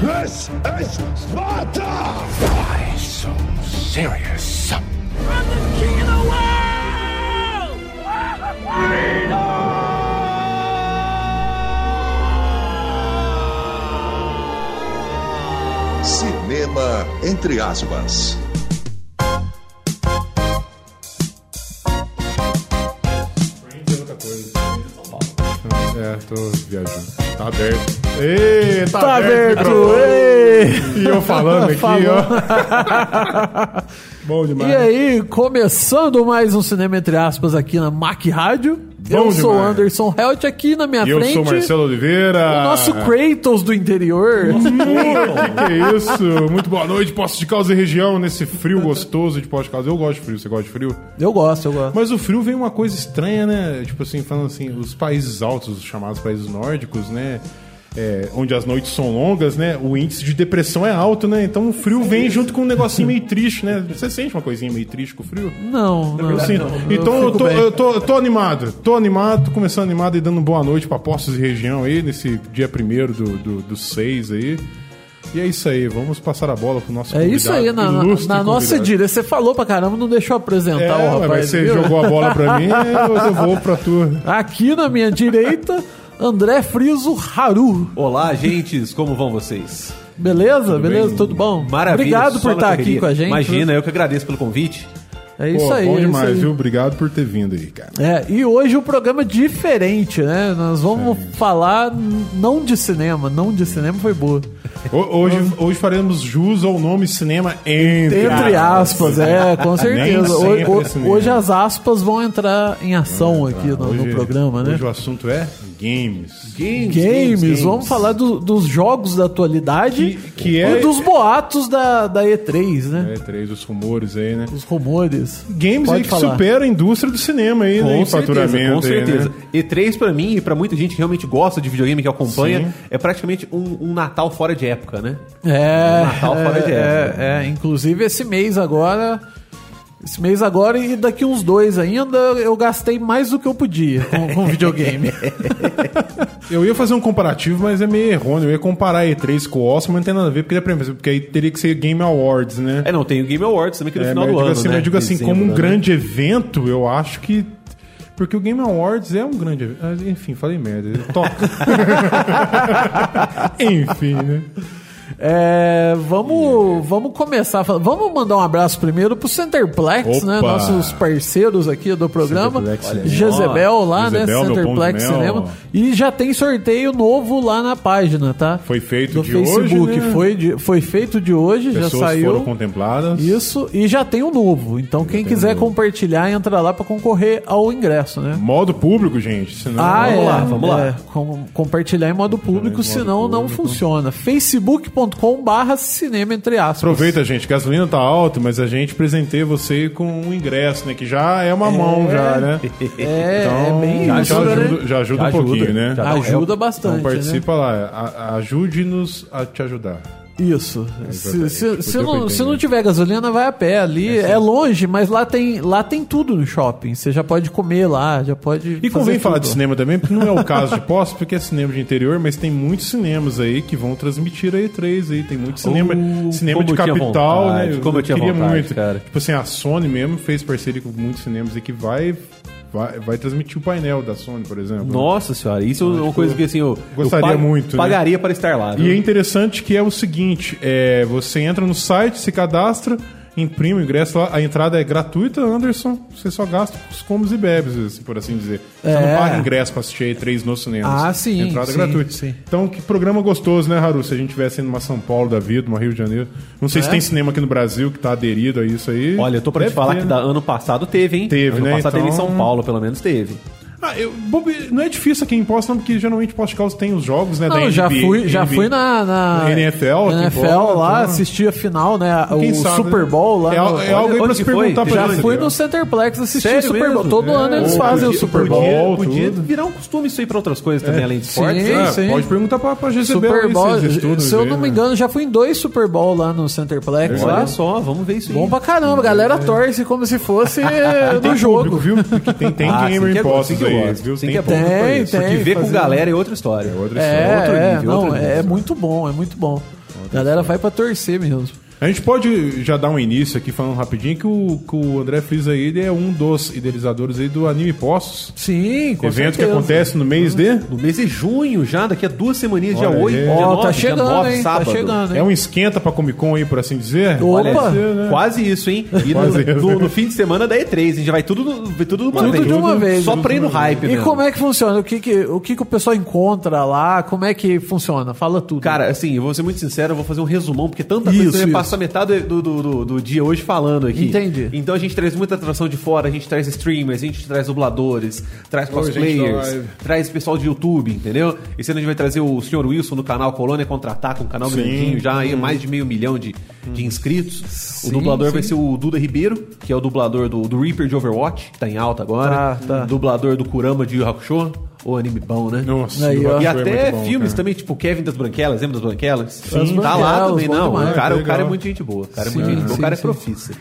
This is Sparta! Why so serious? I'm the king of the world! Cinema entre aspas. É, tô viajando. Tá aberto. Ê, tá, Tá aberto! aberto! microfone. Ei! E eu falando aqui, Falou. ó. Bom demais. E aí, começando mais um Cinema Entre Aspas aqui na Mac Rádio. eu demais. sou o Anderson Helt aqui na minha E eu frente. sou Marcelo Ah. Oliveira. o nosso Kratos do interior. Que isso? Muito boa noite, Poços de Caldas e região, nesse frio gostoso de Poços de Caldas. Eu gosto de frio, você gosta de frio? Eu gosto, eu gosto. Mas o frio vem uma coisa estranha, né? Tipo assim, falando assim, os países altos, os chamados países nórdicos, né? É, onde as noites são longas, né? O índice de depressão é alto, né? Então o frio vem junto com um negocinho meio triste, né? Você sente uma coisinha meio triste com o frio? Não, não. Eu sinto. não, Então eu, fico tô, bem. eu tô, tô animado, tô animado, tô começando animado e dando boa noite pra Postos e Região aí, nesse dia 1 do, do, do 6 aí. E é isso aí, vamos passar a bola pro nosso É isso aí, na, na- ilustre na nossa convidado. direita. Você falou pra caramba, não deixou eu É, apresentar o ué, Tá, rapaz. mas você viu? jogou a bola pra mim, eu, eu vou pra tua. Aqui na minha direita, André Friso Haru. Olá, gentes, como vão vocês? Beleza? Beleza? Tudo bom? Maravilha. Obrigado só por na estar aqui correria. com a gente. Imagina, eu que agradeço pelo convite. É isso Pô, aí. bom é isso demais, aí. viu? Obrigado por ter vindo aí, cara. É, e hoje o programa é diferente, né? Nós É. vamos falar n- não de cinema, não de cinema foi boa. Ho- Hoje, hoje faremos jus ao nome cinema entre, Entre aspas, é, com certeza. Ah, Nem sempre Ho- ho- é cinema. hoje as aspas vão entrar em ação aqui no, no Hoje- programa, né? Hoje o assunto é games. Games, vamos falar do- dos jogos da atualidade Que- que é- e dos boatos da, da E3, né? É, três os rumores aí, né? Os rumores. Games Pode aí que falar. supera a indústria do cinema aí, né? Em faturamento. com aí, né? certeza. E3 pra mim e pra muita gente que realmente gosta de videogame que acompanha, é praticamente um, um Natal fora de época, né? É, Natal é, fora de época. é, é, inclusive esse mês agora, esse mês agora e daqui uns dois ainda, eu gastei mais do que eu podia com, com videogame. Eu ia fazer um comparativo, mas é meio errôneo. Eu ia comparar a E3 com o Oscar, mas não tem nada a ver, porque, ele é prêmio, porque aí teria que ser Game Awards, né? É, não, tem o Game Awards também que é no É, final mas eu digo do ano, assim, né? mas eu digo assim, Dezembro, como um né? grande evento, eu acho que... Porque o Game Awards é um grande evento. Ah, Enfim, falei merda. Toca. Enfim, né? É, vamos, vamos começar, fal- vamos mandar um abraço primeiro pro Centerplex, Opa! né, nossos parceiros aqui do programa, Centerplex Cinema. Jezebel lá, Jezebel, né, meu Centerplex pão de mel. Cinema, e já tem sorteio novo lá na página, tá? Foi feito do de Facebook, hoje, né? foi, de- foi feito de hoje, já Pessoas saiu. foram contempladas. Isso, e já tem o novo. Então, quem quiser compartilhar, entra lá pra concorrer ao ingresso, né? Ah, Modo público, gente. Senão... é. vamos lá, vamos lá. com- compartilhar em modo público, senão não funciona. facebook.com barra cinema entre aspas. Aproveita, gente. Gasolina tá alta, mas a gente presenteia você com um ingresso, né? Que já é uma mão, já, né? É, é bem Então, já, isso, ajuda, já né? ajuda um Já ajuda. pouquinho, né? Já Ajuda Então bastante, né? participa lá. A- Ajude-nos a te ajudar. né? Isso. Se, se- Tipo, se deu pra não, entender. se não tiver gasolina, vai a pé ali. É, longe, mas lá tem, lá tem tudo no shopping. Você já pode comer lá, já E pode fazer convém falar tudo. de cinema também, porque não é o caso de Poços, porque é cinema de interior, mas tem muitos cinemas aí que vão transmitir a E3 aí. Tem muito cinema, Uh, cinema como de eu tinha capital, vontade, né? como eu tinha queria vontade, muito. cara. Tipo assim, a Sony mesmo fez parceria com muitos cinemas aí que vai, vai, vai transmitir o painel da Sony, por exemplo. né? Nossa senhora, isso é uma coisa que assim eu eu gostaria pag- muito, né? Pagaria para estar lá. E viu? é interessante que é o seguinte: é, você entra no site, se cadastra, imprime o ingresso lá, a entrada é gratuita, Anderson, você só gasta os combos e bebes, assim, por assim dizer. Você É. não paga ingresso pra assistir E3 nos cinemas. Ah, sim, Entrada sim, gratuita. sim. Então, que programa gostoso, né, Haru? Se a gente tivesse numa São Paulo da vida, uma Rio de Janeiro. Não É? sei se tem cinema aqui no Brasil que tá aderido a isso aí. Olha, eu tô pra Deve te falar ter, que né? da, ano passado teve, hein? Teve, ano né? passado teve em Então- São Paulo, pelo menos teve. Ah, eu- bobe- não é difícil aqui em Posto, não, porque geralmente Posto de Caos tem os jogos, né? Não, da já NBA, fui, já fui na, na NFL, NFL temporada, lá, né? assisti a final, né, Quem o sabe, Super né? Bowl lá. É, no- é algo aí Onde pra se que foi? perguntar pra já gente, fui né? no Centerplex assistir o Sério Super Bowl. mesmo? Todo É. ano eles Ou fazem o podia- Super Bowl. podia- Bowl, podia tudo. virar um costume isso aí pra outras coisas também, além de esportes. É. Sim. né? Ah, Pode perguntar pra, pra GCB Super aí, Bowl, vocês estudam se eu aí, não me né? engano, já fui em dois Super Bowl lá no Olha Centerplex. É. Lá. Olha só, vamos ver isso aí. Ah, Bom pra caramba, a galera torce como se fosse eh, Tem no jogo. público, viu? Porque tem, tem Ah, sim gamer que é- impostos sim que eu aí, gosto, viu? sim que é bom. público pra Tem, isso. tem. Porque ver com fazendo- galera é outra história. É outra É, história. outro é, nível, não, outro é nível. muito bom, é muito bom. A galera vai pra torcer mesmo. A gente pode já dar um início aqui falando rapidinho que o, que o André Frisa aí, ele é um dos idealizadores aí do Anime Postos. Sim, com evento certeza. Uhum. que acontece no mês de. No mês de junho já, daqui a duas semaninhas, dia Olha aí. 8, dia Ó, Ó, 9, tá dia chegando, 9, hein? sábado. Tá chegando, hein? É um esquenta pra Comic Con aí, por assim dizer. Opa! né? Parece, Quase isso, hein? E no, Quase isso. no- no fim de semana da E3, a gente vai tudo, no- tudo de uma Tudo vez. de uma vez. Só Tudo pra ir no hype, E mesmo. como é que funciona? O que que, o que que o pessoal encontra lá? Como é que funciona? Fala tudo. Cara, assim, eu vou ser muito sincero, eu vou fazer um resumão, porque tanta Isso, coisa, eu isso. já passo a metade do, do, do- do dia hoje falando aqui. Entendi. Então a gente traz muita atração de fora, a gente traz streamers, a gente traz dubladores, traz gente da cosplayers, live. traz pessoal de YouTube, entendeu? Esse ano a gente vai trazer o Sr. Wilson no canal Colônia Contra-Ataca, um canal Sim. grandinho já, Uhum. aí, mais de meio milhão de, de inscritos. o dublador vai ser o Duda Ribeiro, que é o dublador do, do Reaper de Overwatch, que tá em alta agora. Tá, tá. Dublador do Kurama de Yu Yu Hakusho. O anime bom, né? Nossa, Aí, eu ó. acho E que é até muito bom, filmes cara. também, tipo o Kevin das Branquelas, lembra das Branquelas? Sim. tá lá Branquelas, também, bom não. demais. o, cara, o Legal. cara é muito gente boa. O cara é muito Sim, gente boa. sim, O cara sim. é profissa.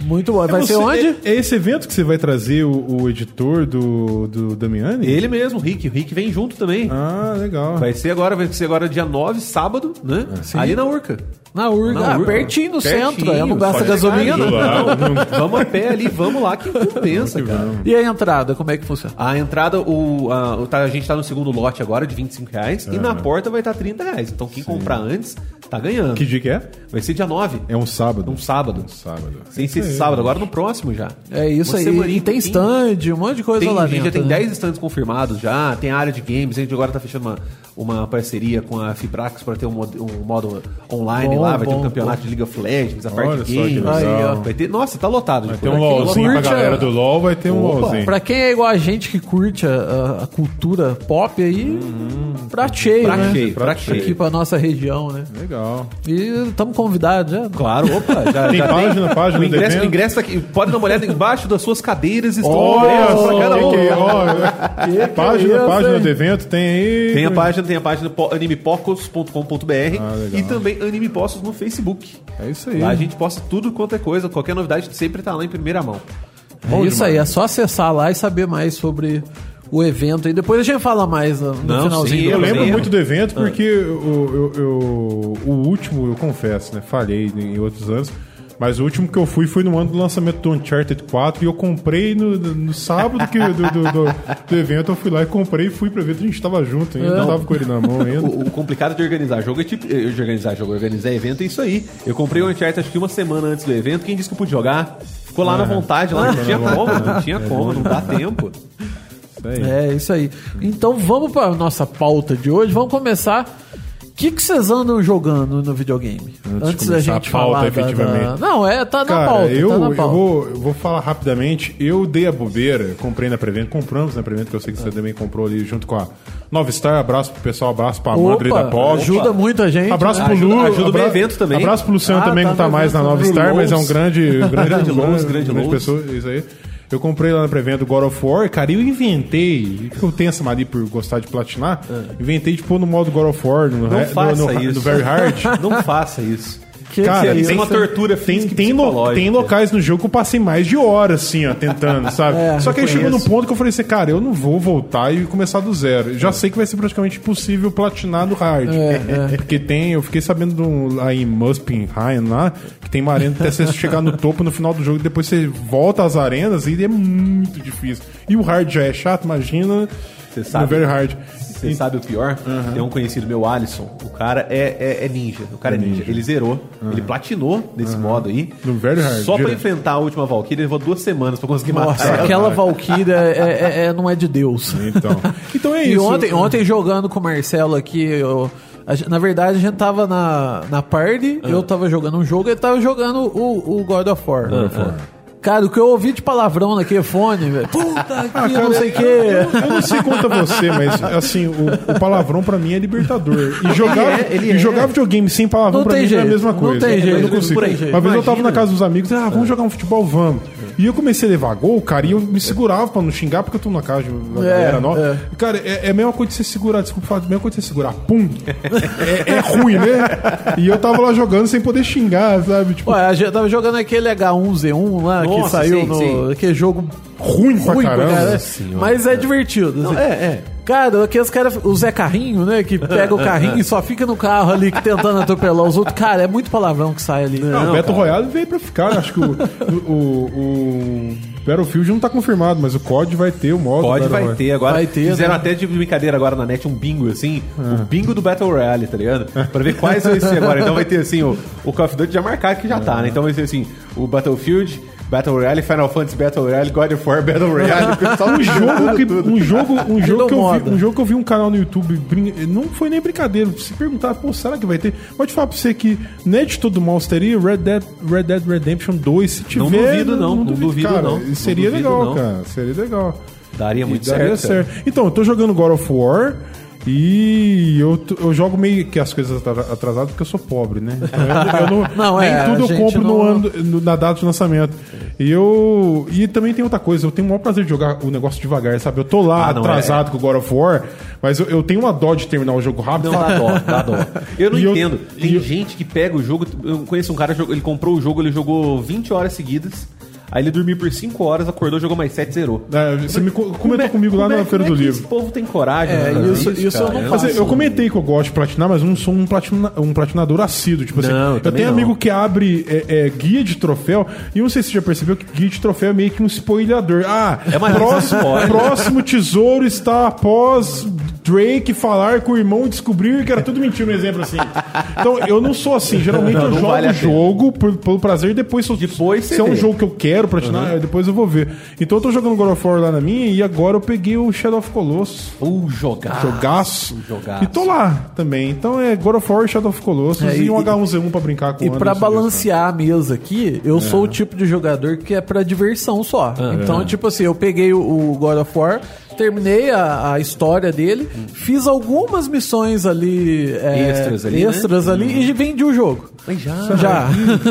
Muito bom. Vai É ser você- onde? É, é esse evento que você vai trazer o, o editor do, do Damiani? Ele mesmo, o Rick. O Rick vem junto também. Ah, legal. Vai ser agora, vai ser agora dia 9, sábado, né? Ali na Urca. Na Urga. Na Ah, Urca. pertinho do Pertinho, centro. É Eu não só gasto chegar gasolina. né? ali. Do lado, não- Vamos a pé ali, vamos lá que compensa, cara. E a entrada, como é que funciona? A entrada, o, a, o- tá- a gente tá no segundo lote agora de 25 reais e na porta vai estar tá 30 reais. Então quem comprar antes tá ganhando. Que dia que é? Vai ser dia 9. É um sábado. Um sábado. Um sábado. Sem ser esse sábado, agora no próximo já. É isso Uma aí. semaninha E tem que stand, um monte de coisa Tem, lá a gente dentro. já tem né? 10 stands confirmados já, tem a área de games, a gente agora tá fechando uma, uma parceria com a Fibrax para ter um, mod- um modo online Bom, lá, vai ter bom, um campeonato de League of Legends, a Olha parte só de games. que Aí, ó. legal. Vai ter, nossa, tá lotado. gente. Tem um Pra quem LOLzinho pra curte a- galera do LOL, vai ter um LOLzinho. Pra quem é igual a gente que curte a, a- a cultura pop aí, prato cheio, Prato né? Uhum. cheio, prato Aqui cheio. pra nossa região, né? Legal. E estamos convidados já. Claro, opa, já, Tem já página, página O do ingresso, evento? o ingresso tá aqui. Pode dar uma olhada embaixo das suas cadeiras. estão Olha ingressos só, pra cada que um. que é, ó, página, isso, página hein? do evento tem aí. Tem a página, tem a página po- animepocos.com.br Ah, legal. e também animepostos no Facebook. É isso aí. Lá a gente posta tudo quanto é coisa, qualquer novidade sempre tá lá em primeira mão. É isso aí, é só acessar lá e saber mais sobre o evento. E depois a gente fala mais no, no Não, finalzinho. sim, do Eu lembro Lembro. muito do evento porque eu, eu- eu- o último, eu confesso, né? Falhei em outros anos. Mas o último que eu fui foi no ano do lançamento do Uncharted 4 e eu comprei no, no sábado que, do, do, do- do evento. Eu fui lá e comprei e fui pro evento. A gente tava junto ainda, eu tava com ele na mão ainda. O, o complicado de organizar jogo é tipo. eh, De organizar jogo, organizar evento é isso aí. Eu comprei o Uncharted acho que uma semana antes do evento. Quem disse que eu pude jogar? Ficou lá na vontade, lá não tinha como, não tinha como, não dá tempo. Isso aí. É isso aí. Então vamos para nossa pauta de hoje. Vamos começar. O que que vocês andam jogando no videogame? Antes, de da começar gente a pauta, falar. da- Da, efetivamente. Não, é, tá na Cara, pauta. eu, tá na eu, pauta. vou, eu vou falar rapidamente. Eu dei a bobeira, comprei na pré-venda, compramos na pré-venda, que eu sei que você também comprou ali junto com a Nova Star. Abraço pro pessoal, abraço pra Amanda ali da Opa, POG. ajuda muito a gente. Abraço né? pro Lu. ajuda o abra- evento também. Abraço pro Luciano Ah, também, tá que tá no mais na evento Nova também. Star, Pro mas é um Lowe's. grande. Grande, Grande Lowe's, grande Lowe's. pessoa, isso aí. Eu comprei lá na pré-venda o God of War, cara, e eu inventei, que eu tenho essa mania por gostar de platinar, Ah. inventei de pôr no modo God of War, é, no, Não re- no, faça no- isso. no Very Hard. Não faça isso. Que Cara, que é Isso isso? é uma tortura Tem, física e tem, lo- psicológica. tem locais no jogo que eu passei mais de hora, assim, ó, tentando, sabe? É, Só que aí eu chegou num conheço. ponto que eu falei assim, cara, eu não vou voltar e começar do zero. Já sei que vai ser praticamente impossível platinar no hard. Porque tem, eu fiquei sabendo de um, lá em Muspelheim lá, que tem uma arena até você chegar no topo no final do jogo, depois você volta às arenas e é muito difícil. E o hard já é chato, imagina. Você sabe. No very hard. Você sabe o pior? Tem um conhecido meu, Alisson. O cara é, é- é ninja. O cara é ninja. Ele zerou. Ele platinou nesse modo aí. No very hard, Só pra direto. enfrentar a última Valkyrie, ele levou duas semanas pra conseguir matar Nossa, ela. aquela Valkyria é, é- é- não é de Deus. Então, então é E isso. ontem, ontem jogando com o Marcelo aqui, eu- a gen- na verdade a gente tava na, na party, Ah. eu tava jogando um jogo e ele tava jogando o, o God of War. Ah, É. Cara, o que eu ouvi de palavrão naquele fone, velho. Puta Ah, que não sei Eu, o que. eu não sei quanto a você, mas assim, o, o palavrão pra mim é libertador. E jogar, é, ele e é. jogar videogame sem palavrão Não pra tem mim é a jeito, mesma não coisa. tem Eu jeito, não consigo. por aí, Uma jeito. vez eu tava Imagina. na casa dos amigos, ah, vamos jogar um futebol, vamos. E eu comecei a levar gol, cara, e eu me segurava pra não xingar, porque eu tô na casa de uma É, galera nova. é. E, Cara, é, é a mesma coisa de você segurar, desculpa falar, é a mesma coisa de você segurar, pum. É, é ruim, né? E eu tava lá jogando sem poder xingar, sabe? Tipo, Ué, a gente tava jogando aquele H1Z1 lá, que Nossa, saiu sim, no. sim. Aquele jogo ruim pra ruim, pra caramba. caralho. Mas é divertido. assim. É, é. Cara, aqueles caras, o Zé Carrinho, né? Que pega É, o carrinho e só fica no carro ali que tentando atropelar os outros. Cara, é muito palavrão que sai ali. Não, o Battle Royale veio pra ficar. né? Acho que o, o, o- o Battlefield não tá confirmado, mas o COD vai ter o modo. Pode, Battle vai Royale. ter agora. Vai ter, Fizeram né? até de brincadeira agora na net um bingo, assim. O bingo do Battle Royale, tá ligado? Pra ver quais vão ser agora. Então vai ter, assim, o, o Call of Duty já marcado que já tá, né? Então vai ser, assim, o Battlefield, Battle Royale, Final Fantasy Battle Royale, God of War Battle Royale. Só um Tá jogo que- um jogo, um jogo que eu vi, moda. um jogo que eu vi um canal no YouTube, brin- não foi nem brincadeira, se perguntar, pô, será que vai ter? Pode falar pra você que não é de todo mal se teria Red Dead, Red Dead Redemption 2, se tiver. Não duvido, não. Não duvido, cara, não. Não Seria duvido, legal, não. cara. Seria legal. Daria muito E daria certo. cara. Então, eu tô jogando God of War e eu, t- eu jogo meio que as coisas atra- atrasadas porque eu sou pobre, né? Então, eu, eu não, Não, nem é, a tudo eu gente compro no não- ano, no- na data de lançamento. E eu. E também tem outra coisa, eu tenho o maior prazer de jogar o negócio devagar, sabe? Eu tô lá Ah, não, atrasado com o God of War, mas eu, eu tenho uma dó de terminar o jogo rápido. tá, Não, dá dó, dá dó. Eu não E eu- entendo. Tem e eu- gente que pega o jogo. Eu conheço um cara, jogou- ele comprou o jogo, ele jogou 20 horas seguidas. Aí ele dormiu por 5 horas, acordou, jogou mais 7, zerou. É, você me co- Como comentou é- comigo lá como é- na Feira do como é que Livro. Esse povo tem coragem. É, né, isso- cara? isso eu não Cara, faço. Assim, eu comentei que eu gosto de platinar, mas eu não sou um, platina, um platinador assíduo. Tipo assim, Não, eu eu, também tenho não. amigo que abre é, é, guia de troféu, e eu não sei se você já percebeu que guia de troféu é meio que um spoilhador. Ah, É uma próximo, spoiler. próximo tesouro está após Drake falar com o irmão e descobrir que era tudo mentira, um exemplo assim. Então, eu não sou assim. Geralmente Não, eu não jogo vale a o pena. jogo por- pelo prazer e depois se eu- Depois você se é vê. Uhum. um jogo que eu quero platinar, depois eu vou ver. Então eu tô jogando God of War lá na minha e agora eu peguei o Shadow of Colossus. Um jogar. Ah, Tipo, Jogaço. um jogaço. E tô lá também. Então é God of War, Shadow of Colossus É, e, e- um H1Z1 pra brincar com E o pra Anderson, balancear a mesa aqui, É. eu sou o tipo de jogador que é pra diversão só. Ah, então, tipo assim, eu peguei o, o God of War, terminei a, a história dele, fiz algumas missões ali. é, Extras ali, né? extras ali e vendi o jogo. já.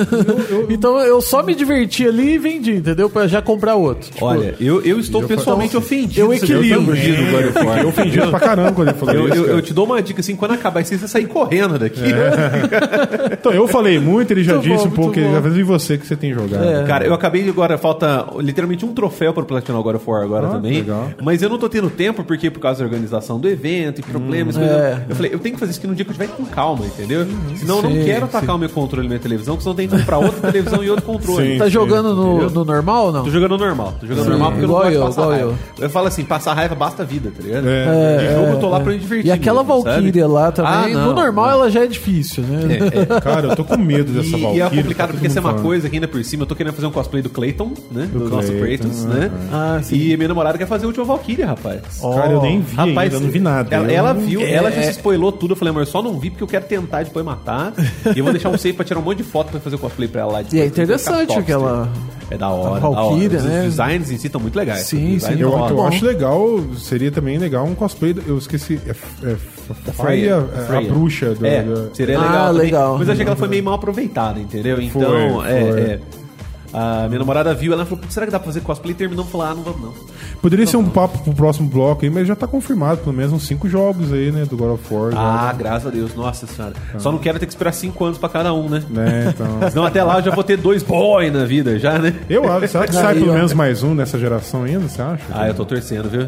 então eu só me diverti ali e vendi, entendeu? Pra já comprar outro. Tipo, Olha, eu, eu estou pessoalmente ofendido. eu Você viu? equilibro. ofendido agora, eu falo. Eu ofendi pra caramba quando ele falou Eu, isso. eu- cara. eu te dou uma dica assim, quando acabar isso, aí, você sair correndo daqui. É. Então eu falei muito, ele já Muito disse bom, um pouco, muito ele já bom. fez e você que você tem jogado. É. Cara, eu acabei de agora, falta literalmente um troféu para platinar o God of War agora Ah, também. legal. Mas eu não tô tendo tempo, porque por causa da organização do evento e problemas. Hum, coisa- Eu falei, eu tenho que fazer isso aqui num dia que eu tiver com calma, entendeu? Senão eu não é. Uhum. Sim, quero atacar o meu controle na minha televisão, porque senão tem que comprar outra televisão e outro controle. Sim. Tá jogando no, entendeu? no normal ou não? Tô jogando normal, tô jogando Sim, normal porque eu não igual gosto de eu, passar igual raiva. Eu. falo assim, passar raiva basta a vida, tá ligado? É, de jogo eu tô lá pra me divertir. E aquela mesmo, sabe? Valkyria lá Ah, também, não, no normal não. ela já é difícil, né? É, Cara, eu tô com medo dessa E, e Valkyria, é tá complicado todo porque essa é mundo uma falando. coisa que ainda por cima eu tô querendo fazer um cosplay do Clayton, né? Do, nosso Clayton, Kratos, né? Ah, sim. e minha namorada quer fazer o último Valkyria, rapaz. Cara, eu nem vi rapaz, ainda, eu não vi É. nada. Ela, Eu ela não- viu, ela já se spoilou tudo. Eu falei, amor, eu só não vi porque eu quero tentar depois matar. e eu vou deixar um save pra tirar um monte de foto pra fazer o cosplay pra ela lá. E é depois, vai ficar interessante top, aquela- É da hora. a da hora. Valkyria, Os- né? Os designs em si estão muito legais. Sim, Os sim. designs tão Eu, da eu hora. acho legal, seria também legal um cosplay. do- Eu esqueci. É, é, é, Freya, Freya, a Freya. bruxa do. É, do- seria Ah, legal. também. legal. Mas eu achei que ela foi meio mal aproveitada, entendeu? Então, Foi, é, foi. é. A minha namorada viu, ela falou: "Putz, será que dá pra fazer cosplay? E terminou e falou: ah, não vamos não. Poderia tá ser um papo pro próximo bloco aí, mas já tá confirmado, pelo menos uns cinco jogos aí, né? Do God of War. Ah, graças a Deus, nossa senhora. Só não quero ter que esperar 5 anos pra cada um, né? Né, então. Senão até lá eu já vou ter dois boy na vida, já, né? Eu acho. Será que sai Aí, pelo ó. menos mais um nessa geração ainda, você acha? Ah, eu tô torcendo, viu?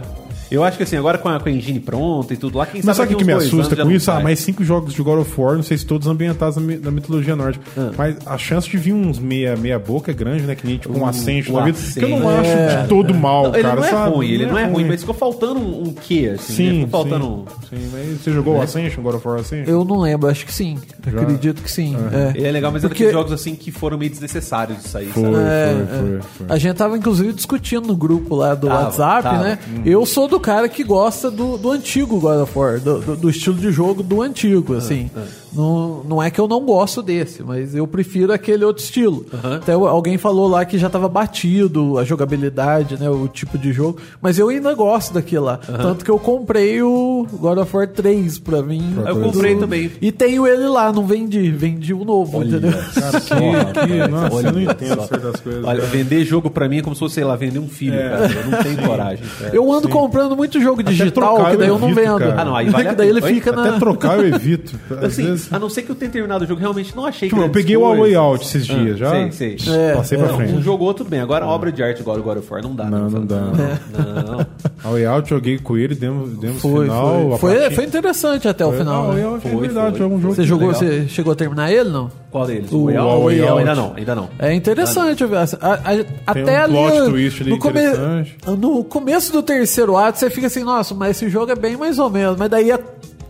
Eu acho que assim, agora com a, com a engine pronta e tudo lá, quem Mas sabe o que daqui me uns dois assusta anos já com não isso? Ah, sai. mais cinco jogos de God of War, não sei se todos ambientados na, mi- na mitologia nórdica. Ah. Mas a chance de vir uns meia, meia boca é grande, né? Que nem tipo um Ascension um da vida. Que eu não Ascension. acho de todo mal, Não, ele cara. não é sabe? ruim, ele não é ruim, mas ficou faltando um, um quê, assim, né? Sim, Ficou faltando sim, um. Né? sim, mas você jogou o Ascension, God of War assim? Ascension? Eu não lembro, acho que sim. Acredito que sim. É. É legal, mas é Porque- daqueles jogos assim que foram meio desnecessários de sair, Foi, sabe? É, foi, é. foi, foi. A gente tava inclusive discutindo no grupo lá do Tava, WhatsApp, tava. Uhum. né? Eu sou do cara que gosta do, do antigo God of War, do, do- do estilo de jogo do antigo, Ah, assim. Não, não é que eu não gosto desse, mas eu prefiro aquele outro estilo. Até o- alguém falou lá que já tava batido a jogabilidade, né? O tipo de jogo. Mas eu ainda gosto daquilo lá. Tanto que eu comprei o God of War 3 pra mim. Eu comprei Do- também. E tenho ele lá, não vendi. Vendi o novo, entendeu? Cara, que, que, nossa, eu não entendo certas coisas. Olha, cara. vender jogo pra mim é como se fosse, sei lá, vender um filho, cara. É. Eu não tenho coragem. cara. Eu ando comprando comprando muito jogo digital, trocar que daí eu eu, não evito, vendo. cara. Ah, não, aí vale que a daí ele pena. fica na. Até trocar eu evito. Às Assim, vezes. a não ser que eu tenha terminado o jogo, realmente não achei que. Tipo, eu peguei o Away Out esses dias já. sei, Ah, sei. Pss, É, Passei é, pra Não, um frente. jogo ou tudo bem. Agora, obra de arte igual o God of War, não dá. Não, né? não dá. Não. Away Out, joguei com ele, demos, demos Foi, final. a foi. Foi, partida- foi interessante até o Ah, final. Away né? Out é Foi, verdade, foi. é um jogo. Você jogou, legal. você chegou a terminar ele, não? Qual deles? O Way Não, Out. Ainda não, ainda não. É interessante, velho. A- a- até um ali, plot twist ali no, come- interessante. no começo do terceiro ato, você fica assim, nossa, mas esse jogo é bem mais ou menos. Mas daí é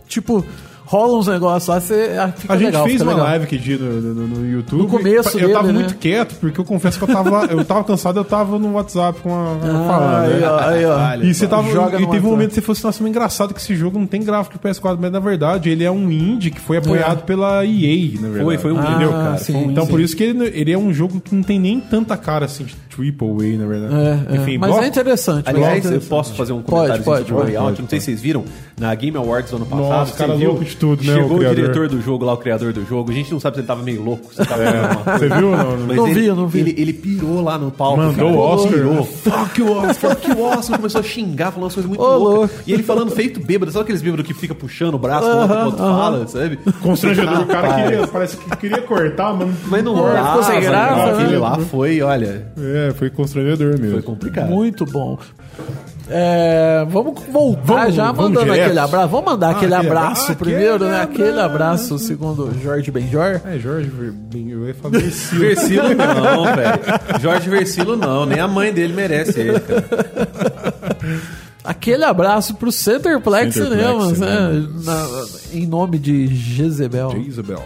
tipo, rola uns negócios lá, você ah, fica A gente legal, fez fica uma legal. live que dia no, no- no YouTube. No começo Eu tava dele, muito né? quieto, porque eu confesso que eu tava, eu tava cansado, eu tava no WhatsApp com a Ah, falando. aí, né? ó, aí, ó. Caralho. E você tava. Joga e teve no um WhatsApp. momento que você falou assim, nossa, mas é engraçado que esse jogo não tem gráfico de PS4, mas na verdade ele é um indie que foi apoiado pela EA, na verdade. Foi, foi um indie, entendeu, Ah, cara? sim, Foi um então sim. por isso que ele, ele é um jogo que não tem nem tanta cara assim de triple A, na verdade. É, é. mas bom, é interessante. mas é Aliás, eu interessante. posso fazer um comentário pode, sobre o pode, Way Out? pode. Não sei se vocês viram, na Game Awards do ano passado. Nossa, cara você viu? louco de tudo, né, Chegou o o, criador. diretor do jogo lá, o criador do jogo. A gente não sabe se ele tava meio louco, se tava fazendo alguma coisa. É. Você viu ou não? Mas Não ele, vi, eu não vi. Ele, ele pirou lá no palco. Mandou cara. o Oscar. Pirou. Fuck o Oscar. Fuck o Oscar. Começou a xingar, falando umas coisas muito Ô, loucas. louco. E ele falando feito bêbado. Sabe aqueles bêbados que fica puxando o braço uh outro, pro outro fala, sabe? Constrangedor, o cara Rapaz. queria, parece que queria cortar, mano. Mas não Porra, dá, ficou sem velho. graça, Aquele né? lá foi, olha, É, foi constrangedor mesmo. foi complicado. Muito bom. É, vamos voltar Vamos- já vamos mandando direto. aquele abraço. Vamos mandar Ah, aquele aquele abraço abraço, primeiro, né? aquele Aquele abraço, abraço. segundo Jorge Benjor. É, Jorge, Ver- eu ia falar isso. Versilo não, velho. Jorge Versilo não. Nem a mãe dele merece ele, cara. Aquele abraço pro Centerplex, Centerplex Cinemas, né? Cinemas. Na- em nome de Jezebel, Isabel.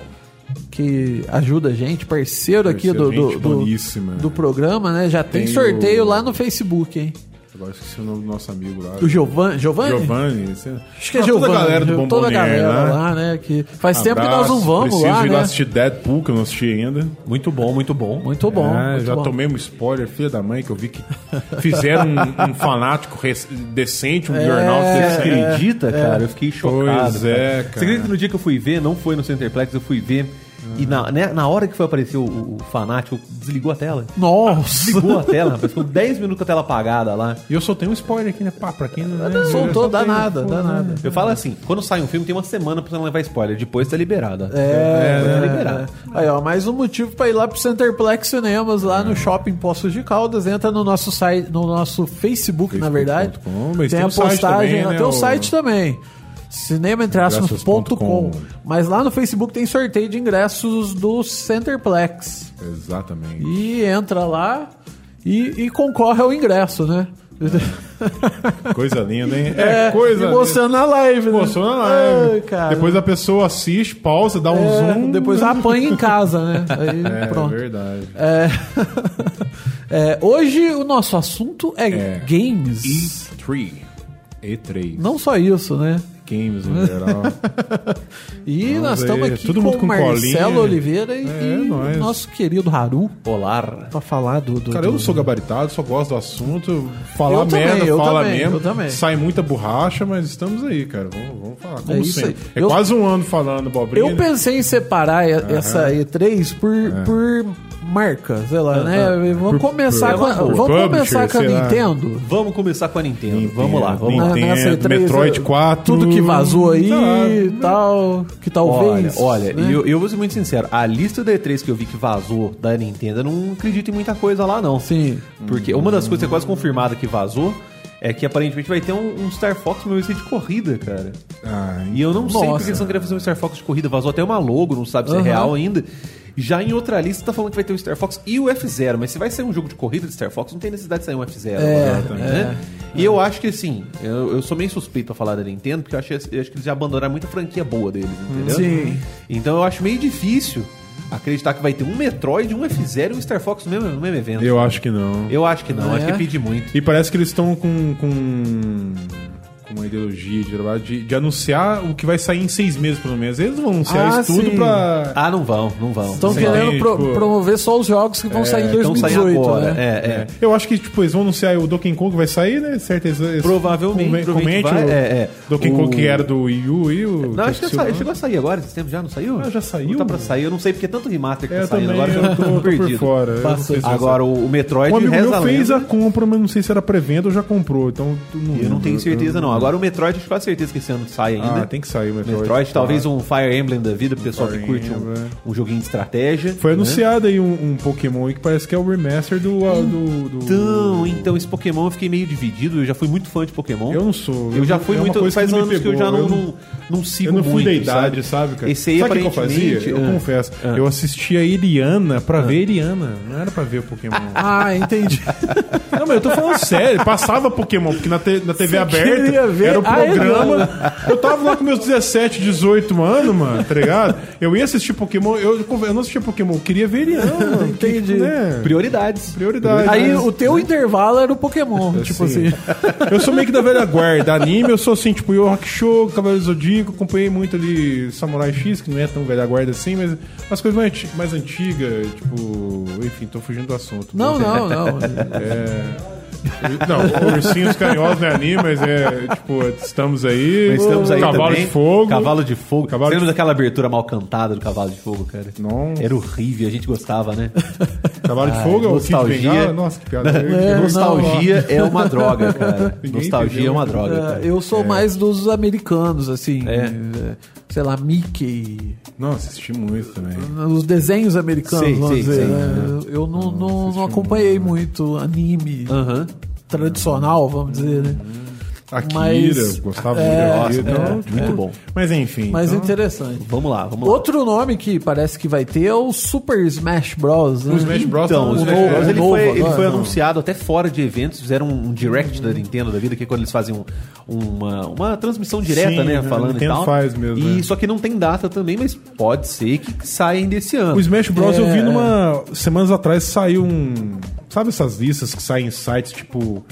que ajuda a gente, parceiro aqui Parceiro, do, do, gente do- boníssima. do programa, né? Já tem, Tem sorteio o- lá no Facebook, hein? Agora esqueci o nome do nosso amigo lá. O Giovanni. Giovanni? Giovanni. esse- Acho que é Ah, Giovanni. Toda a galera do Toda a Bombonier, galera né? lá, né? Que faz tempo que nós Abraço, não vamos Preciso lá, ir lá né? assistir Deadpool, que eu não assisti ainda. Muito bom, muito bom. Muito bom. Ah, muito já bom. tomei um spoiler, filha da mãe, que eu vi que fizeram um, um fanático res- decente, É. um jornal Você decente. acredita, cara? Eu fiquei chocado. Pois é, cara. Você acredita que no dia que eu fui ver, não foi no Centerplex, eu fui ver. E na, né, na hora que foi aparecer o, o fanático, desligou a tela. Nossa! Desligou a tela, rapaz. Ficou 10 minutos com a tela apagada lá. E eu soltei um spoiler aqui, né? Pá, pra quem não... né, Soltou, eu dá soltei, nada, pô, dá nada. Eu falo assim, quando sai um filme, tem uma semana pra você não levar spoiler. Depois tá liberada. É, Depois tá é. liberada. Aí, ó, mais um motivo pra ir lá pro Centerplex Cinemas, lá É. no Shopping Poços de Caldas. Entra no nosso site, no nosso Facebook, na verdade. Facebook.com, mas tem a o site postagem, também, lá, né, tem o o- site também. cinema-aspas.com. Mas lá no Facebook tem sorteio de ingressos do Centerplex. Exatamente. E entra lá e, e concorre ao ingresso, né? Coisa linda, hein? É, coisa e mostrando na live, né? linda. Mostrou na live. Ai, cara. Depois a pessoa assiste, pausa, dá um É, zoom. Depois apanha em casa, né? Aí É, pronto. verdade. É... É, hoje o nosso assunto é, É. games. E3. E3. Não só isso, né? Games em geral. E Vamos nós estamos aí, é aqui todo com mundo o com Marcelo colinha. Oliveira e, É, e nós. o nosso querido Haru Polar. pra falar do. do- Cara, eu do- não sou gabaritado, só gosto do assunto. Falar Eu também, merda, eu fala também, mesmo. eu também. Sai muita borracha, mas estamos aí, cara. Vamos, vamos falar. Como isso sempre. aí. É Eu- quase um ano falando bobrinha. Eu pensei em separar e- essa E3 por, por marca, sei Ah, lá, né? Vamos começar É. por- com a, por vamos publisher, começar com a sei lá. Nintendo. Vamos começar com a Nintendo. Nintendo, Vamos lá, vamos lá. Na- Nintendo, nessa E3, Metroid Tá. eh, 4, Tudo que vazou aí tá. sei lá. e tal. Que Olha, talvez. olha né? eu, eu vou ser muito sincero. A lista da E3 que eu vi que vazou da Nintendo, eu não acredito em muita coisa lá, não. Sim. Porque uma das coisas que é quase confirmada que vazou é que aparentemente vai ter um, um Star Fox meu de corrida, cara. Ah, E eu não sei Nossa. porque eles não querem fazer um Star Fox de corrida. Vazou até uma logo, não sabe se Aham. é real ainda. Já em outra lista tá falando que vai ter o Star Fox e o F0, mas se vai ser um jogo de corrida de Star Fox, não tem necessidade de sair um F0. É, agora, né? E eu acho que assim, eu, eu sou meio suspeito pra falar da Nintendo, porque eu, achei- eu acho que eles já abandonaram muita franquia boa deles, entendeu? Sim. Então eu acho meio difícil acreditar que vai ter um Metroid, um F0 e um Star Fox no mesmo, no mesmo evento. Eu acho que não. Eu acho que não, Ah, acho é? que pedi muito. E parece que eles estão com. com... com uma ideologia de trabalho de, de anunciar o que vai sair em seis meses, pelo menos. Eles vão anunciar Ah, isso tudo sim. pra. Ah, não vão, não vão. Estão Não Sim, querendo pro- tipo- promover só os jogos que vão sair em vão. Então saem 2018, agora. né? É, é. É. Eu acho que, tipo, eles vão anunciar o Donkey Kong que vai sair, né? Certeza. eles- Provavelmente, Comen- provavelmente Comente o vai, é, é. Donkey O- Kong que era do Wii U e o... Não, acho que esqueci o sa- nome. chegou a sair agora, esse tempo já não saiu? né? Ah, já saiu? Não tá pra sair, eu não sei porque é tanto remaster que tá É, eu saindo. também, Agora eu já tô, tô por fora. eu não Passou. sei se eu Agora o, o Metroid Um amigo reza meu a fez lenda. a compra, mas não sei se era pré-venda ou já comprou. Então, tu não Eu não lembro. tenho certeza, não. Agora o Metroid, eu tenho quase certeza que esse ano sai ainda. Uhum. Ah, tem que sair o Metroid. Metroid, talvez um. um Fire Emblem da vida, pro pessoal que Fire curte Emblem. um, um joguinho de estratégia. Foi né? anunciado aí um, um Pokémon aí que parece que é o remaster do. do, do- Então, então, esse Pokémon eu fiquei meio dividido. Eu já fui muito fã de Pokémon. Eu não sou. Eu já fui é uma muito. coisa Faz não me anos que eu pegou, já não, não, não sigo Eu não fui muito, da idade, sabe, cara? Esse aí, sabe o que que eu aparentemente, fazia? Eu ah, confesso. Eu assistia a Iriana pra ver a Iriana. Não era pra ver Pokémon. Ah, entendi. não, mas eu tô falando sério. Passava Pokémon, porque na, te- na TV queria aberta ver era o a Iriana. programa. eu tava lá com meus 17, 18 anos, mano, tá ligado? Eu ia assistir Pokémon. Eu, eu não assistia Pokémon, eu queria ver Iriana, mano. que, tipo, Entendi. né? Prioridades. Prioridade. Aí o teu intervalo era o Pokémon, tipo assim. Eu sou meio que da velha guarda. Anime, eu sou assim, tipo, eu rock show, Cavaleiro do Zodíaco, acompanhei muito ali Samurai X, que não é tão velha guarda assim, mas as coisas mais, anti- mais antigas, tipo. Enfim, tô fugindo do assunto. Não, não, não. É, Não, ursinhos carinhosos não é anime, mas é tipo, estamos aí. Mas estamos aí Cavalo também. de fogo. Cavalo de fogo. Cavalo Você lembra de- daquela abertura mal cantada do Cavalo de Fogo, cara? Nossa. Era horrível, a gente gostava, né? Cavalo de Ah, fogo é o Kid nostalgia. Bengala. Nossa, que piada. É, Nostalgia é uma droga, cara. Ninguém Nostalgia é entendeu. uma droga, É, cara. eu sou mais dos americanos, assim. É. é, Sei lá, Mickey. Nossa, assisti muito também. Os desenhos americanos, Sim, vamos sim, dizer. sim. né? Eu não, não, não acompanhei muito anime Aham. tradicional, vamos dizer, né? Akira, Mas- gostava É, muito de Akira. é, Então, muito bom. Mas enfim. Mas então- interessante. Vamos lá, vamos lá. Outro nome que parece que vai ter é o Super Smash Bros. Né? O Smash Bros. Então, tá- o novo, Smash Bros, o ele, novo foi, ele agora, foi não. anunciado até fora de eventos, fizeram um direct da Nintendo da vida, que é quando eles fazem um- uma, uma transmissão direta, Sim, né, a falando e Nintendo tal. faz mesmo, e é. só que não tem data também, mas pode ser que saia ainda esse ano. O Smash Bros. eu É. vi numa. Semanas atrás saiu um. Sabe essas listas que saem em sites tipo.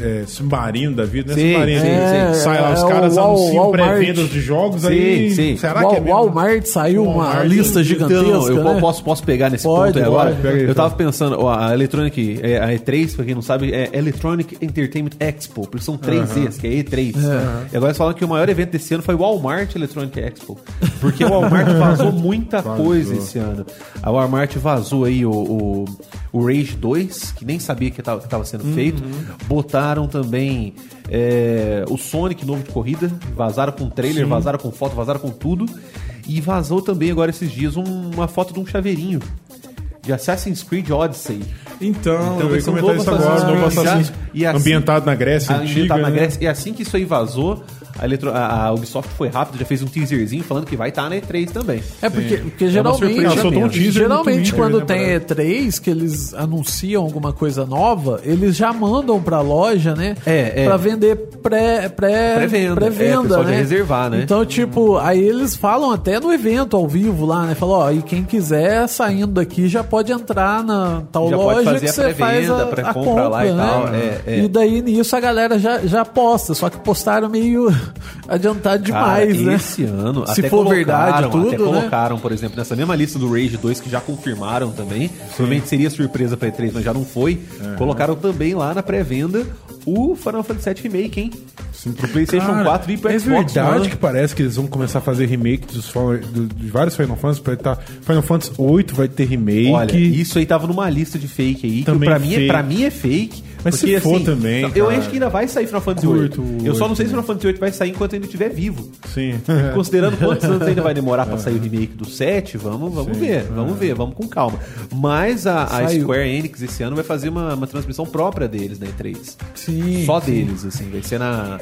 é, submarino da vida, né? Sim, submarino. sim, né? sim. Sai lá, os É, é caras o Wal- anunciam Walmart. pré-vendas de jogos Sim, aí. sim. Será Wal- que é mesmo? Walmart saiu uma Walmart, lista Então, gigantesca, eu po- né? posso, posso pegar nesse Pode, ponto aí agora? pode, pega aí, eu pega. tava pensando, ó, a Electronic, é, a E3, pra quem não sabe, é Electronic Entertainment Expo, porque são três E's, que é E3. E agora eles falam que o maior evento desse ano foi o Walmart Electronic Expo, porque o Walmart vazou muita coisa esse ano. A Walmart vazou aí o, o, o Rage 2, que nem sabia que tava, que tava sendo feito. Botaram também é, o Sonic novo de corrida, vazaram com trailer, vazaram com foto, vazaram com tudo. E vazou também agora esses dias um- uma foto de um chaveirinho. De Assassin's Creed Odyssey. Então, Então, eu vai ia ser um comentar novo isso agora. Assassin's Novo Creed Assassin's já, e assim- ambientado na Grécia A antiga. ambientada na né? Grécia. E assim que isso aí vazou, a, Eletro- a- a Ubisoft foi rápida, já fez um teaserzinho falando que vai estar na E3 também. É porque, porque surpresa geralmente, mesmo. Soltou um teaser no geralmente Twitter, quando né, tem E3 que eles anunciam alguma coisa nova, eles já mandam pra loja, né? É, é. Pra vender pré pré Pré-venda. É, o pessoal já reservar, né? Então tipo, aí eles falam até no evento ao vivo lá, né? Falam, ó, e quem quiser saindo daqui já pode entrar na tal Já pode loja fazer que a você faz pré-venda, a, pré-compra a compra lá e né? tal, é, é. E daí nisso a galera já, já posta, só que postaram meio adiantado Cara, demais, né? Esse ano, Se até for colocaram- verdade até tudo, né? colocaram, por exemplo, nessa mesma lista do Rage 2 que já confirmaram também. Provavelmente seria surpresa pra E3, mas já não foi. Colocaram também lá na pré-venda o Final Fantasy VII Remake, hein? Pro PlayStation Cara, 4 e pro é Xbox né? verdade One. que parece que eles vão começar a fazer remake dos, Final- do- de vários Final Fantasy. Vai tá, Final Fantasy 8 vai ter remake. Olha, isso aí tava numa lista de fake aí, que Também pra mim, é, fake. pra mim é fake. assim, Mas se for também, Eu cara. acho que ainda vai sair Final Fantasy Curto VIII. Eu só não sei se oito, Final Fantasy VIII vai sair enquanto ainda estiver vivo. Sim. É. Considerando quantos anos ainda vai demorar pra sair o remake do 7, vamos, vamos ver, vamos ver, vamos com calma. Mas a, a É. Saiu. Square Enix esse ano vai fazer uma, uma transmissão própria deles na E3. Sim, Só deles, assim, vai ser na.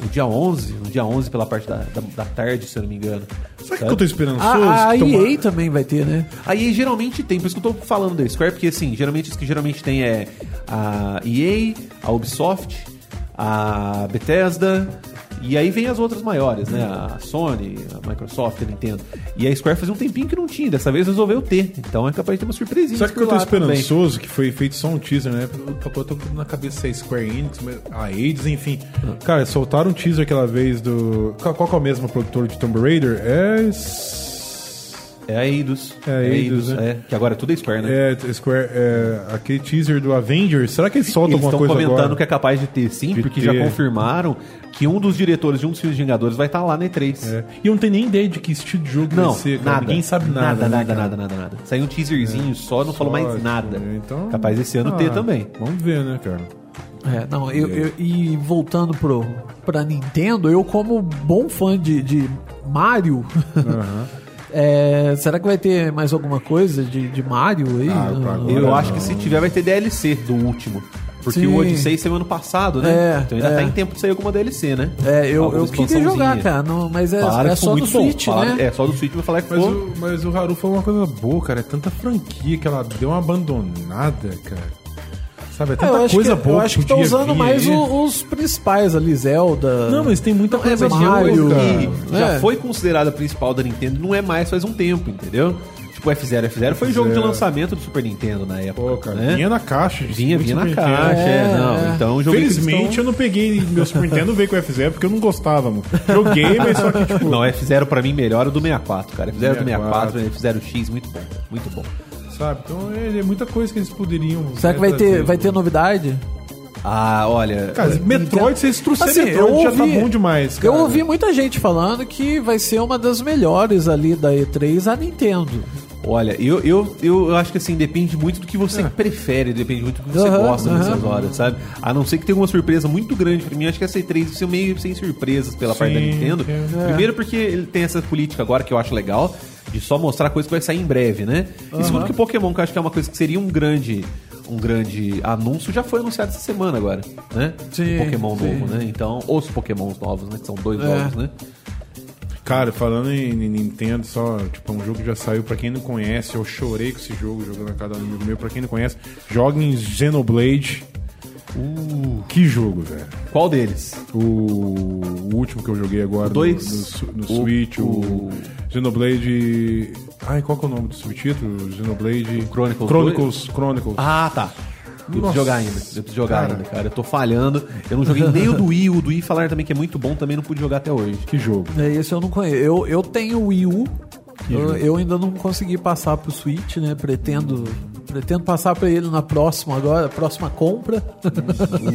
No dia 11, no dia 11 pela parte da, da, da tarde, se eu não me engano. Sabe o que eu tô esperando? Ah, A, a Souls, que toma- EA também vai ter, né? Aí geralmente tem, por isso que eu tô falando da Square, porque assim, geralmente os que geralmente tem é a EA, a Ubisoft, a Bethesda, E aí vem as outras maiores, né? A Sony, a Microsoft, a Nintendo. E a Square fazia um tempinho que não tinha, dessa vez resolveu ter. Então é capaz de ter uma surpresinha. Sabe o que eu tô esperançoso? Que foi feito só um teaser, né? Eu tô, tô com na cabeça aí Square Enix, mas- a AIDS, enfim. Cara, soltaram um teaser aquela vez do. Qual, qual que é o mesmo produtor de Tomb Raider? É. s- É a Eidos. É a Eidos, né? é. Que agora tudo é Square, né? É, Square. É, aquele teaser do Avengers. Será que eles soltam Eles estão alguma coisa comentando agora? que é capaz de ter sim, De porque ter. já confirmaram que um dos diretores de um dos filmes Vingadores vai estar lá na E3. É. E eu não tenho nem ideia de que estilo de jogo Não, vai ser, cara. nada. Ninguém sabe nada. Nada, né, nada, cara? nada, nada, nada. Saiu um teaserzinho só, não falou mais Ótimo, nada. né? Então, Capaz esse ano ah, ter também. Vamos ver, né, cara? É, não, eu, eu- e voltando pro, pra Nintendo, eu como bom fã de, de Mario, é, será que vai ter mais alguma coisa de, de Mario aí? Ah, No- pra no- agora. Eu Olha, acho não. que se tiver vai ter DLC do último. Porque Sim. o Odyssey saiu ano passado, né? É, então ainda é. tá em tempo de sair alguma DLC, né? É, eu, Alguma eu queria expansãozinha. jogar, cara, não, mas é, Falaram é que ficou só no muito bom. Switch, Falaram- né? É, só no Switch vai falar que Mas ficou... o, mas o Haru falou uma coisa boa, cara. É tanta franquia que ela deu uma abandonada, cara. Sabe, é É, tanta coisa que, boa. eu acho que tá podia usando vir mais aí. o- os principais ali, Zelda. Não, mas tem muita Não, é, coisa mas boa, Mario, cara. que já É. foi considerada a principal da Nintendo, não é mais faz um tempo, entendeu? Tipo, o F0, F0 foi jogo de F0. lançamento do Super Nintendo na época. Pô, cara, né? vinha na caixa. de vinha, vinha na Super Nintendo. caixa, é, não. É, é. Então, o jogo que eles Felizmente estão- eu não peguei meu Super Nintendo veio com o FZ porque eu não gostava, mano. Joguei, mas só que, tipo. Não, F0 pra mim melhor é o do 64, cara. F0 do 64, 64, F0X, muito bom, cara, muito bom. Sabe? Então é, é muita coisa que eles poderiam. Será que vai é, né, ter, trazer. vai ter novidade? Ah, olha. Cara, Metroid, se eles trouxerem Assim, Metroid, eu já tá ouvi- bom demais, cara. Eu ouvi muita gente falando que vai ser uma das melhores ali da E3 a Nintendo. Olha, eu, eu, eu acho que assim, depende muito do que você prefere, depende muito do que você Ah. Aham, gosta aham. nessas horas, sabe? A não ser que tenha uma surpresa muito grande pra mim. Acho que essa E3 vai ser meio sem surpresas pela parte da Sim, Nintendo. é. Primeiro porque ele tem essa política agora que eu acho legal, de só mostrar coisa que vai sair em breve, né? E segundo que Pokémon, que eu acho que é uma coisa que seria um grande... Um grande anúncio já foi anunciado essa semana agora, né? Sim, o Pokémon sim. novo, né? Então, os Pokémons novos, né? Que são dois É. novos, né? Cara, falando em em Nintendo, só, tipo, é um jogo que já saiu, pra quem não conhece, eu chorei com esse jogo, jogando a cada um amigo meu, pra quem não conhece, joga em Xenoblade. Uh. que jogo, velho. Qual deles? O, o último que eu joguei agora dois? no, no su- no O- Switch, o, o- Xenoblade... Ai, qual que é o nome do subtítulo? Xenoblade... Chronicles Chronicles. Chronicles. Ah, tá. Eu preciso Nossa, jogar ainda. Eu preciso jogar cara. ainda, cara. Eu tô falhando. Eu não joguei nem o do Wii. O do Wii falaram também que é muito bom, também não pude jogar até hoje. Que jogo. É, esse eu não conheço. Eu, eu tenho o Wii U. Eu, eu ainda não consegui passar pro Switch, né? Pretendo, pretendo passar pra ele na próxima agora, próxima compra.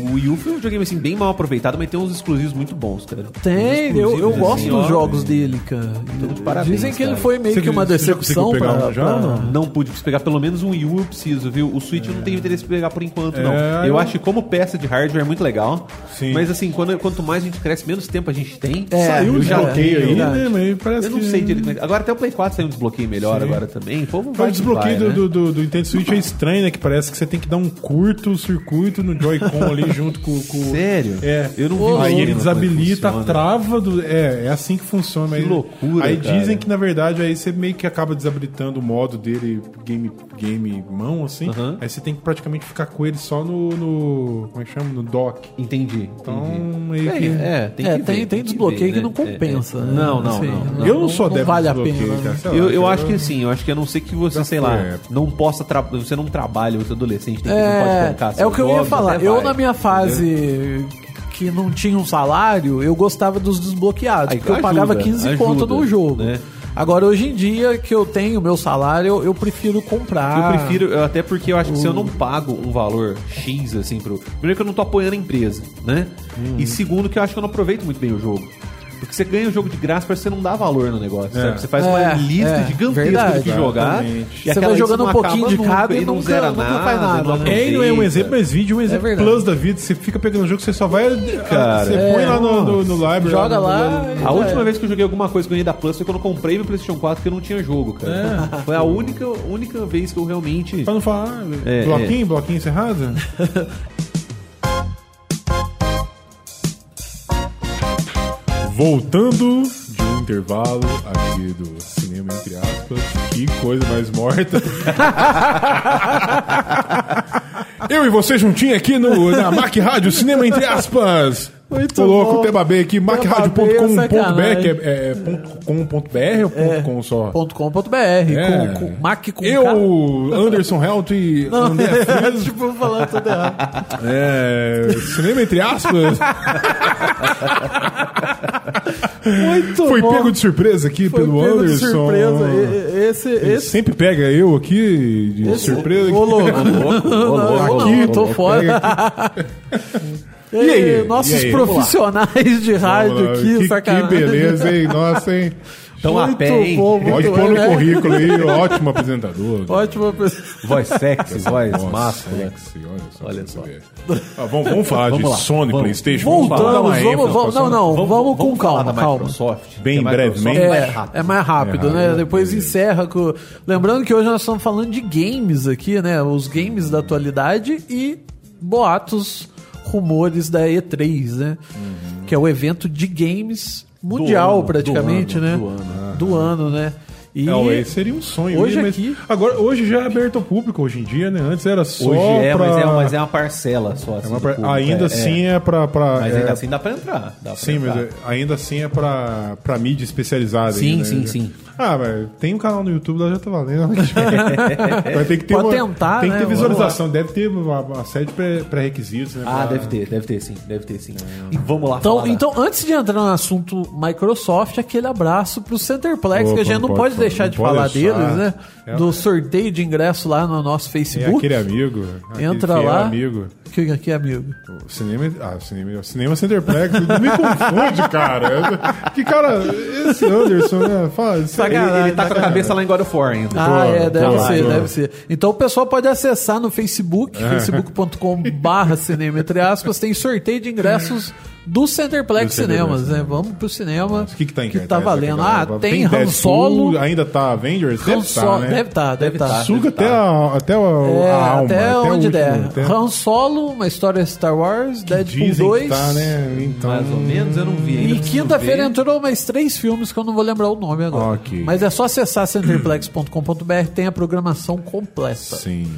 O Wii U foi um videogame assim bem mal aproveitado, mas tem uns exclusivos muito bons, cara. Tem, Uns eu, eu exclusivos, gosto assim, dos ó. jogos dele, cara. de parabéns, Dizem que ele cara. foi meio Você- que uma você já decepção conseguiu pegar pra, um já pra- ou não? Ah, Não pude pegar pelo menos um Wii U, eu preciso, viu? O Switch eu não tenho interesse em pegar por enquanto, não. É, Eu eu- acho que como peça de hardware é muito legal. Sim. Mas assim, quando, quanto mais a gente cresce, menos tempo a gente tem. É, saiu eu um já desbloqueio tenho. aí, né? verdade. Mas parece Eu não que... sei direito. como é que- Agora até o Play 4 saiu um desbloqueio melhor Sim. agora também. O povo Mas vai O que desbloqueio vai, né? do, do, do Nintendo Switch é estranho, né? Que parece que você tem que dar um curto circuito no Joy-Con ali junto com, com... Sério? É. Eu não vi Ô, isso, Aí né, ele como desabilita a funciona. trava do. É, é assim que funciona. aí, loucura, Aí cara. dizem que, na verdade, aí você meio que acaba desabilitando o modo dele, game, game mão, assim. Aham. Aí você tem que praticamente ficar com ele só no. no- como é que chama? No dock. Entendi. entendi. Então, meio que. É, tem, É, que tem, ver, tem que desbloqueio ver, que né? não compensa. É, é. né? Não, não, Assim, não, não. Eu não sou adepto vale a de pena. desbloqueio, né? cara. sei lá, Eu, eu cara, acho que sim, eu acho que a não ser que você, sei lá, é. não possa, tra- você não trabalha, você é adolescente, tem que, não pode É, colocar é o seus que eu ia jogos, falar. até Eu, vai, na minha fase entendeu? que não tinha um salário, eu gostava dos desbloqueados, Aí porque eu ajuda, pagava 15 ajuda, conto no jogo. né? Agora, hoje em dia, que eu tenho meu salário, eu, eu prefiro Eu comprar. prefiro, eu- até porque eu acho que se eu não pago um valor X, assim, pro. Primeiro que eu não tô apoiando a empresa, né? Hum. E segundo que eu acho que eu não aproveito muito bem o jogo. Porque você ganha o jogo de graça, parece que você não dá valor no negócio, É. sabe? Você faz uma É, lista é, gigantesca verdade. do que jogar. Exatamente. e Você aquela vai lista jogando um não acaba pouquinho de cada e não nunca- zera nunca nada, faz nada, não né? É, e não é um exemplo, mas vídeo é um exemplo verdade. plus da vida. Você fica pegando um jogo que você só vai. Cara, você é, põe lá no, no, no library. Joga lá. é. A última vez que eu joguei alguma coisa que eu ganhei da Plus foi quando eu comprei meu PlayStation 4 que eu não tinha jogo, cara. É. Foi a única, única vez que eu realmente. Pra não falar. É, bloquinho, bloquinho encerrado? Voltando de um intervalo aqui do cinema, entre aspas. Que coisa mais morta. Eu e você juntinho aqui no, na Mac Rádio Cinema, entre aspas. Muito Tô louco, bom. Teba B aqui, Teba B é macradio.com.br, que é, sacanagem. é ponto .com.br ou ponto .com só? Ponto .com.br, É. com, com, Mac com K. Eu, Anderson Helt e Não, André é, Frias, tipo, falando tudo errado. é, cinema entre aspas, Tá Muito foi bom. pego de surpresa aqui Foi pelo pego de Anderson. surpresa. E- e- Esse, Ele esse, sempre pega eu aqui de esse... surpresa. Ô, louco. louco, ô, Não, louco, ô, aqui, louco, tô ô, louco. fora. E E aí? Nossos E aí? profissionais de rádio aqui, que, que sacanagem. beleza, hein? Nossa, hein? Então a Muito pé, hein? bom, muito Pode bom, pôr no né? currículo aí, ótimo apresentador. Ótima pessoa. Voz sexy, voz Nossa, máscula. né? sexy, olha só. Olha pra só. você ver. Ah, vamos, vamos falar de Vamos lá, Sony, vamos. Playstation. falar, dar uma Voltamos, vamos, ênfase pra vamos. Não, Sony. não, vamos, com falar calma, da calma. Microsoft. Bem que a Microsoft brevemente. É, É, mais rápido. é mais rápido, É né? rápido. Depois encerra com. Lembrando que hoje nós estamos falando de games aqui, né? Os games da atualidade e boatos, rumores da E3, né? Que é o evento de games mundial, ano, do praticamente, ano, né? do ano. Do ano, né? E É, ué, seria um sonho. Hoje né? Mas aqui- Agora, hoje já é aberto ao público, hoje em dia, né? Antes era só Hoje é, pra... mas é, mas é uma parcela só. assim, uma do pra- público, Ainda é, assim é. é, pra... pra Mas é- ainda assim dá pra entrar. dá pra Sim, mas entrar. é- ainda assim é pra, pra mídia especializada. Sim, ainda, sim, né? sim. Ah, mas tem um canal no YouTube, lá já tá valendo. Vai ter que ter Pode uma, tentar, Tem que né? ter visualização. Deve ter uma, uma série de pré- pré-requisitos, né? Ah, pra- deve ter, deve ter sim, deve ter sim. E vamos lá. Então, falar da- então, antes de entrar no assunto Microsoft, aquele abraço pro Centerplex, Opa, que a gente não pode pode, falar, deixar não de pode falar deixar. deles, né? É. Do sorteio de ingresso lá no nosso É Facebook. aquele amigo. aquele Entra fiel lá. amigo. Que, que amigo? O Cinema, ah, o cinema, o cinema Centerplex. não me confunde, cara. Que cara, esse Anderson, né? Fala, Ele, ele tá com a Ah, Sacanagem. então- cabeça lá em God of War ainda. Ah, Boa, é, deve boa, ser, boa. deve ser. Então o pessoal pode acessar no Facebook, É. facebook.com barra cinema, entre aspas, tem sorteio de ingressos do Centerplex Do Centerplex, Cinemas, né? Vamos pro cinema. O que, que tá em Que cartaz, tá né, valendo. Ah, cara? tem Han Deadpool, Solo. Ainda tá Avengers? Han Deve Solo. tá, né? Deve tá, deve Deve tá. tá. Suga até, a, até a, É, a alma. até, o onde último, der. até- Han Solo, uma história Star Wars, Deadpool Dizem 2. que tá, né? Então... Mais ou menos, eu não vi ainda. E preciso quinta-feira ver. entrou mais três filmes que eu não vou lembrar o nome agora. Ok. Mas é só acessar centerplex.com.br, tem a programação completa. Sim.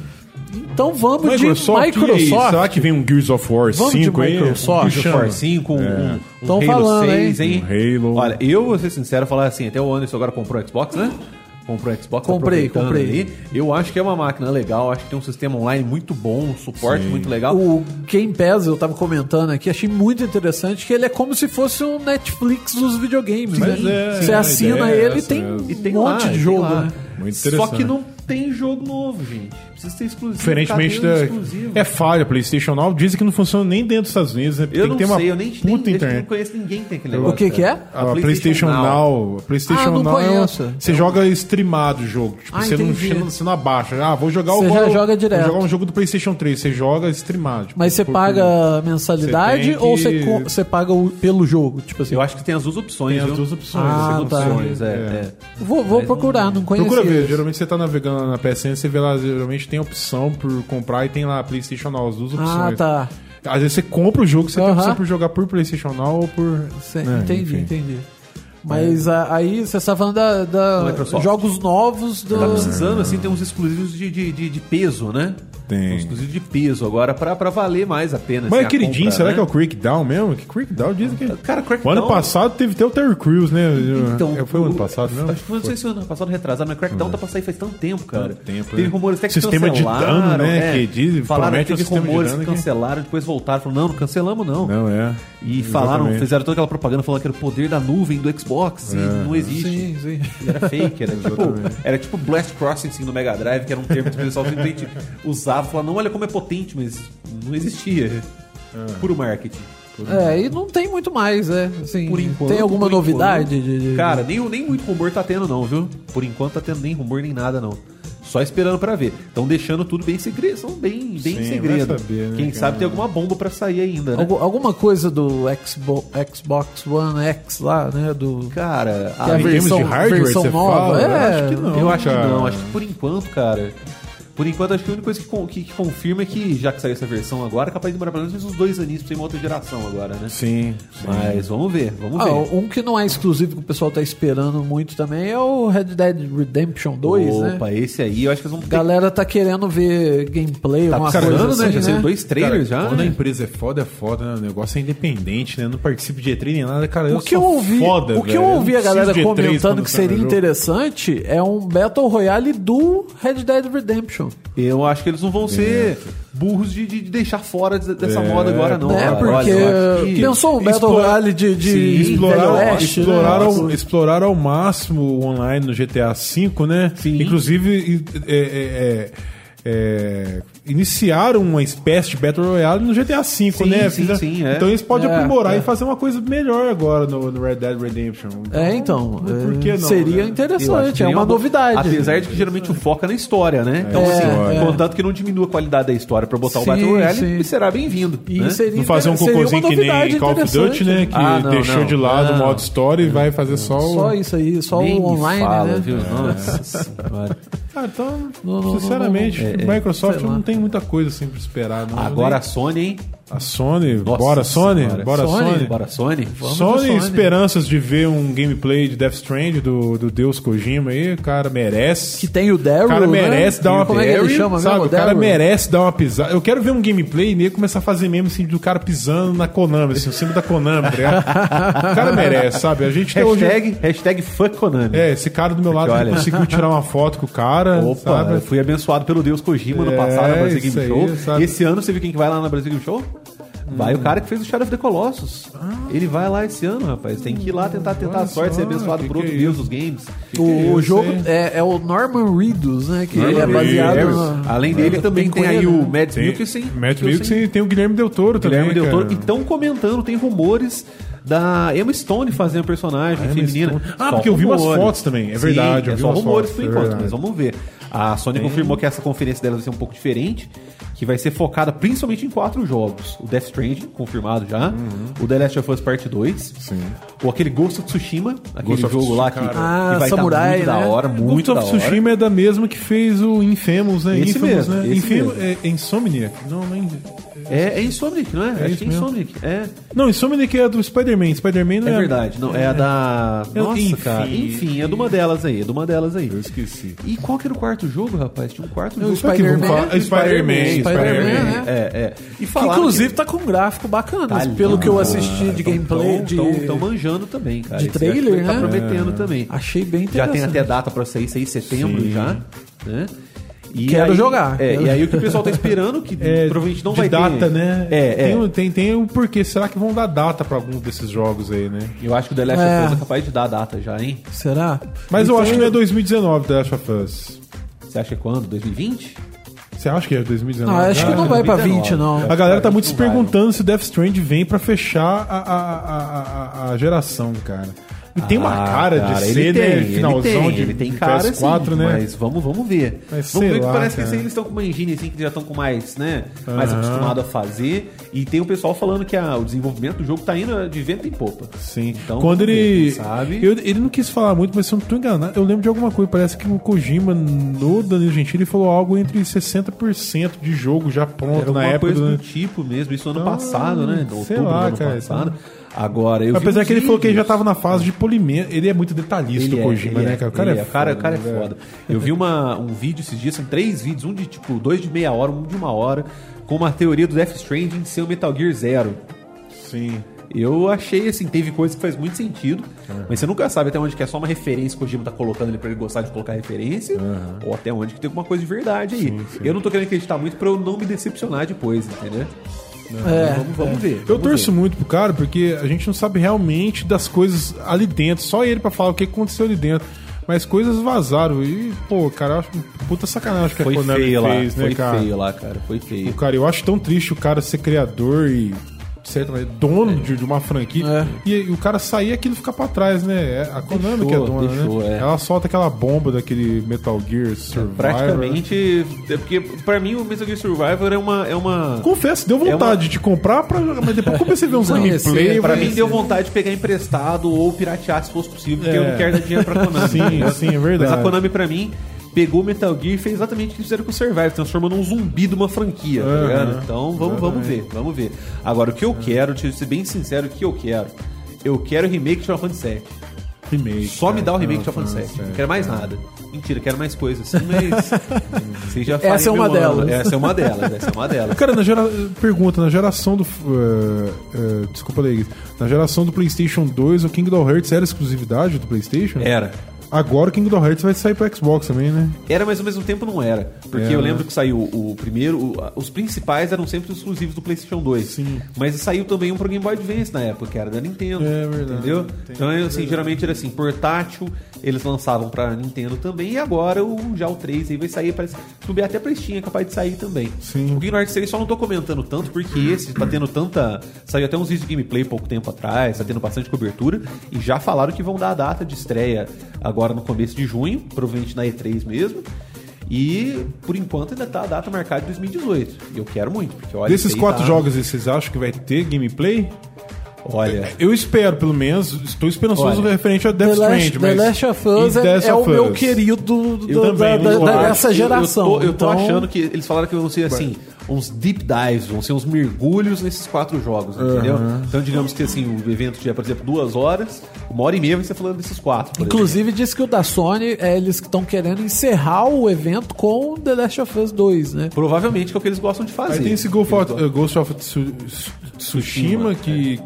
Então vamos Microsoft, de e aí, Microsoft. será que vem um Gears of War Vamos de 5 aí? Microsoft. Que God of chama? War 5, um, um Tão Halo falando, 6, hein? É. Um Halo. Olha, eu vou ser sincero falar assim, até o Anderson agora comprou o Xbox, né? Comprou o Xbox, tá Comprei, aproveitando comprei. ali. Eu acho que é uma máquina legal, acho que tem um sistema online muito bom, um suporte muito legal. O Game Pass, eu tava comentando aqui, achei muito interessante que ele é como se fosse um Netflix dos videogames, Mas né? é, Você é, a assina ideia é ele essa tem mesmo. E tem um lá, monte e de tem jogo, lá. né? Muito Só interessante. que não tem jogo novo, gente. Precisa ter exclusivo. Diferentemente cadê o da. exclusivo? É falha, PlayStation 9 dizem que não funciona nem dentro dos Estados Unidos, né? Tem Eu que não ter uma sei, eu nem, nem, puta nem não internet. conheço ninguém que tem aquele O negócio. que que é? cara. A Ah, PlayStation, Now. A PlayStation Ah, não Now é um- conheço. Você joga streamado o jogo. Tipo, Ah, você, não, entendi. você não- você não abaixa. Ah, vou jogar Você o já vou- joga direto. Vou jogar um jogo do PlayStation 3. Você joga streamado. tipo, Mas você por- paga mensalidade Você tem ou que- você, co- você paga o- pelo jogo? Tipo assim, Eu acho que tem as duas opções. Tem as viu? duas opções, Ah, as duas tá. opções, é, É. é. vou, vou procurar, não conheço. Procura ver, geralmente você tá navegando lá na PSN, você vê lá, geralmente tem opção por comprar e tem lá PlayStation Now, as duas Ah, opções. tá. Às vezes você compra o jogo, você tem Aham. opção por jogar por PlayStation Now ou por. Cê- né, entendi, enfim. entendi. Mas a- aí você está falando da, da- Do Microsoft. jogos novos do. Tá precisando, assim, ter uns exclusivos de, de, de, de peso, né? Tem. Uns exclusivos de peso agora pra, pra valer mais a pena. Mas assim, é a queridinho, compra, será né? que é o Crackdown mesmo? Que Crackdown dizem que. Cara, então- O Crackdown... ano passado teve até o Terry Crews, né? Uhum. Então, É, foi o ano passado mesmo? Acho que não sei se foi ano passado retrasado, mas Crackdown tá pra sair faz tanto tempo, cara. Tanto tempo, Teve né? rumores até que Sistema de cancelaram, dano, né, é. que diz- falaram, promete um teve sistema de rumores dano que que- cancelaram, depois voltaram, falaram, não, não cancelamos não. Não, é. E falaram, Exatamente. fizeram toda aquela propaganda falando que era o poder da nuvem do Xbox e É. não existe. Sim, sim. Era fake, era tipo, era tipo Blast Crossing assim, no Mega Drive, que era um termo que o pessoal simplesmente usava, falava, não, olha como é potente, mas não existia. Puro marketing. É, e não tem muito mais, né? Assim, Por enquanto. tem alguma por novidade? enquanto. De, de- Cara, nem, nem muito rumor tá tendo, não, viu? Por enquanto tá tendo nem rumor nem nada, não. Só esperando pra ver. Estão deixando tudo bem segredo. São bem, bem Sim, segredo. vai saber, né, Quem cara? sabe tem alguma bomba pra sair ainda, né? algu- alguma coisa do Xbo- Xbox One X lá, né? Do, Cara, ah, Que é a em termos versão- de hardware, versão você nova, fala? é. Eu acho que não. eu acho cara. que não. Acho que por enquanto, cara. Por enquanto, acho que a única coisa que, con- que- que confirma é que, já que saiu essa versão agora, é capaz de demorar pelo menos uns dois aninhos pra ser uma outra geração agora, né? Sim, Mas vamos ver, vamos Ah, ver. um que não é exclusivo que o pessoal tá esperando muito também é o Red Dead Redemption 2, Opa, né? esse aí, eu acho que eles vão ter Galera tá querendo ver gameplay, Tá alguma precisando, coisa né? assim, Já né? saiu dois trailers Cara, já. Quando a né? empresa é foda, é foda, né? O negócio é independente, né? Não participo de E3 nem nada, cara. O que eu ouvi, foda, o que velho. eu não ouvi a preciso galera de E3 comentando quando que sai seria meu jogo. interessante é um Battle Royale do Red Dead Redemption. Eu acho que eles não vão É. ser burros de, de- de deixar fora de- dessa moda agora, não. né? cara. Porque eu acho que- pensou um Battle Explora- Royale de, de Sim, Velho exploraram, Oeste, né? exploraram, Nossa. exploraram ao máximo o online no GTA V, né? Sim. Inclusive, e- é- é- é, iniciaram uma espécie de Battle Royale no GTA V, Sim, né? sim, sim, é. Então eles podem É, aprimorar é. e fazer uma coisa melhor agora no, no Red Dead Redemption. É, então. Por é, que não, seria né? eu acho interessante, que é nem uma novidade. Apesar de que geralmente o foco é na história, né? Então, É, assim, é. contanto que não diminua a qualidade da história pra botar o Sim, Battle Royale, sim. será bem-vindo. E é né? seria Não fazer um inter- seria uma cocôzinho que nem novidade Call of Duty, interessante. né? Que Ah, não, deixou não. de lado É. Ah. o modo história e vai fazer só o... Só isso aí, só Nem o me online, fala, né? viu? Nossa senhora. Ah, então, Não, não, sinceramente, não, É, não. Microsoft Sei lá. não tem muita coisa assim pra esperar. Não. Agora a Sony, hein? A Sony, Nossa bora Sony, senhora. bora Sony, Sony. Bora Sony. Vamos Sony, de Sony. esperanças de ver um gameplay de Death Strand do, do Deus Kojima aí, o cara merece. Que tem o Daryl, o cara né? merece dar uma Como é que ele Daryl, chama sabe? mesmo? O cara Daryl? merece dar uma pisada. Eu quero ver um gameplay e nele começar a fazer mesmo assim do cara pisando na Konami, assim, em cima da Konami, tá ligado? O cara merece, sabe? A gente tem hoje Hashtag, hashtag fuck Konami. É, esse cara do meu lado Porque, que olha- conseguiu tirar uma foto com o cara, Opa, é, eu sabe? fui abençoado pelo Deus Kojima no É, passado na Brasil Game isso aí, Show. sabe? Hum. E esse ano você viu quem que vai lá na Brasil Game Show? Vai o cara que fez o Shadow of the Colossus. Ele vai lá esse ano, rapaz. Tem que ir lá tentar tentar Ah. Hum, a olha sorte, ser só, abençoado que por que outro é Deus dos games. O, Eu o jogo sei. é, é o Norman Reedus, né? Que ele é Norman baseado. Reedus. na- Além dele, também tem, coisa, aí o né? Mads Tem Mikkelsen. Matt Mikkelsen e tem o Guilherme Del Toro Guilherme também, Del Toro. cara. E estão comentando, tem rumores da Emma Stone fazendo a personagem Emma feminina. Stone. Ah, Só porque eu vi umas rumores. fotos também, é Sim, verdade, eu é vi só umas rumores fotos, por é enquanto, verdade. mas vamos ver. A Sony confirmou que essa conferência dela vai ser um pouco diferente, que vai ser focada principalmente em quatro jogos. O Death Stranding, confirmado já. Uhum. O The Last of Us Part 2. Sim. Ou aquele Ghost of Tsushima, aquele Ghost of jogo lá que, Tsushima, que cara. vai Ah, estar samurai, muito da né? hora, muito Ghost da of hora. Tsushima é da mesma que fez o Infamous, né? Esse Infamous, mesmo, né? esse Infam- mesmo. É, é Insomniac. Não, não é... In- É, é Insomniac, não é? Acho isso que é mesmo. Insomniac. É. Não, Insomniac é do Spider-Man. Spider-Man não É é... verdade, não, é, a da. Eu- Nossa, enfim. cara. Enfim, é de uma delas aí, é de uma delas aí. Eu esqueci. E qual que era o quarto jogo, rapaz? Tinha um quarto o jogo. Como é que vamos Spider-Man. falar? É Spider-man. Spider-Man, né? É, é. E Que, falar. inclusive tá com um gráfico bacana, Tá lindo, pelo que eu assisti de Então, gameplay. de... Estão manjando também, cara. de Esse eu acho que trailer, Tá né? prometendo também. Achei bem Já tem interessante. até data pra sair, sair em setembro Sim. já. Né? E Quero aí- jogar. É, Quero- E aí o que o pessoal tá esperando, que É, provavelmente não de vai data, ter. né? É, tem, é. um- o- tem, tem o porquê. Será que vão dar data pra algum desses jogos aí, né? Eu acho que o The Last É. of Us é capaz de dar data já, hein? Será? Mas Então eu acho que não é 2019 The Last of Us. Você acha que é quando? 2020? Você acha que é 2019? Não, eu acho que Ah, não vai pra 20, 2019, não. cara. A galera tá muito Não se vai, perguntando se Death Strand vem pra fechar a, a, a, a- a geração, cara. E tem uma Ah, cara, de ele ser, né? tem, Finalzão ele tem, de, ele tem de cara, PS4, sim, né? Mas vamos, vamos ver. Mas vamos sei ver que lá, parece que cara. assim, eles estão com uma engine assim que já estão com mais, né? Mais acostumado a fazer. E tem o pessoal falando que a- o desenvolvimento do jogo tá indo de vento em popa. Sim. Então, Quando vamos ver, ele. quem sabe? eu- ele não quis falar muito, mas se eu não tô enganado, eu lembro de alguma coisa. Parece que o Kojima, no Danilo Gentili, falou algo entre 60% de jogo já pronto na Era alguma época. coisa do- do tipo mesmo, isso ano Então, passado, né? sei Outubro do lá, ano cara, então. passado. Agora, eu vi Apesar uns que ele falou que ele já vídeos. tava na fase de polimento. Ele é muito detalhista, Ele o é, Kojima, ele né, cara? O cara é, ele o cara, foda, o cara é né, velho? foda. Eu vi uma, um vídeo esses dias, são três vídeos, um de tipo, dois de meia hora, um de uma hora, com uma teoria do Death Stranding ser o Metal Gear Zero. Sim. Eu achei assim, teve coisa que faz muito sentido, mas você nunca sabe até onde que é só uma referência que o Kojima tá colocando ali pra ele gostar de colocar referência, ou até onde que tem alguma coisa de verdade aí. Eu não tô querendo acreditar muito pra eu não me decepcionar depois, entendeu? É. Mas vamos, vamos ver. Eu vamos torço ver. muito pro cara porque a gente não sabe realmente das coisas ali dentro. Só ele pra falar o que aconteceu ali dentro. Mas coisas vazaram. E, pô, cara, eu acho puta sacanagem que a Foi Konami feio lá, fez, né, foi cara? feio lá, cara, foi O feio. cara, eu acho tão triste o cara ser criador e de certa maneira, É. dono de, de uma franquia e, e o cara sair e aquilo ficar pra trás, né? É A Konami Deixou, que é dona, deixou, né? é. Ela solta aquela bomba daquele Metal Gear Survivor. Praticamente, é porque pra mim o Metal Gear Survivor é uma. É uma Confesso, deu É uma- vontade de comprar, pra- mas depois comecei a ver uns Não, gameplay. esse- pra eu- mim deu vontade de pegar emprestado ou piratear se fosse possível, porque É. eu não quero dar dinheiro pra Konami. Sim, sim, é verdade. Mas a Konami pra mim. pegou Metal Gear e fez exatamente o que fizeram com o Survive, transformando um zumbi de uma franquia, tá ligado? Então vamos, vamos ver, vamos ver. Agora, o que eu quero, deixa eu ser bem sincero, o que eu quero? Eu quero remake de Final Fantasy VII. Remake. é. Só me dá o remake de Final Final Fantasy VII. Fantasy é. Não quero mais nada. Mentira, quero mais coisas, sim, mas. vocês já Essa é falem uma mil anos. delas. Essa é uma delas, essa é uma delas. Cara, na gera... pergunta, na geração do. eh, eh, desculpa, Leigh. Na geração do PlayStation 2, o Kingdom Hearts era exclusividade do PlayStation? Era. Agora o Kingdom Hearts vai sair pro Xbox também, né? Era, mas ao mesmo tempo não era. Porque É, eu né? lembro que saiu o primeiro. o- a- os principais eram sempre os exclusivos do PlayStation 2. Sim. Mas saiu também um pro Game Boy Advance na época, que era da Nintendo. É verdade. Entendeu? Tem- então, assim, geralmente era assim, portátil, eles lançavam pra Nintendo também. E agora o, já o 3 aí vai sair, parece. Subir até pra Steam, é capaz de sair também. Sim. O Kingdom Hearts 3 só não tô comentando tanto, porque esse tá tendo tanta. Saiu até uns vídeos de gameplay pouco tempo atrás, tá tendo bastante cobertura. E já falaram que vão dar a data de estreia agora no começo de junho, provavelmente na E3 mesmo. E por enquanto ainda tá a data marcada de 2018. E eu quero muito, porque olha. Desses isso aí quatro tá- jogos, aí, vocês acham que vai ter gameplay? Olha. Eu espero, pelo menos. Estou esperançoso Olha, referente a The Death Last, Strand, The mas. Last of Us e é, Death é o of meu Us. querido do- do- Eu da- também, da- eu da- acho. dessa Eu- geração. Eu tô, eu tô Então, achando que eles falaram que vão ser assim, uns deep dives, vão ser uns mergulhos nesses quatro jogos, entendeu? Então, digamos que assim, o evento tiver, por exemplo, duas horas, uma hora e meia vai ser falando desses quatro. por Inclusive diz que o da Sony, é, eles estão querendo encerrar o evento com The Last of Us 2, né? Provavelmente que é o que eles gostam de fazer. Aí tem esse Ghost Eles of, gostam. eh, Ghost of Tsu- Tsu- Tsushima, que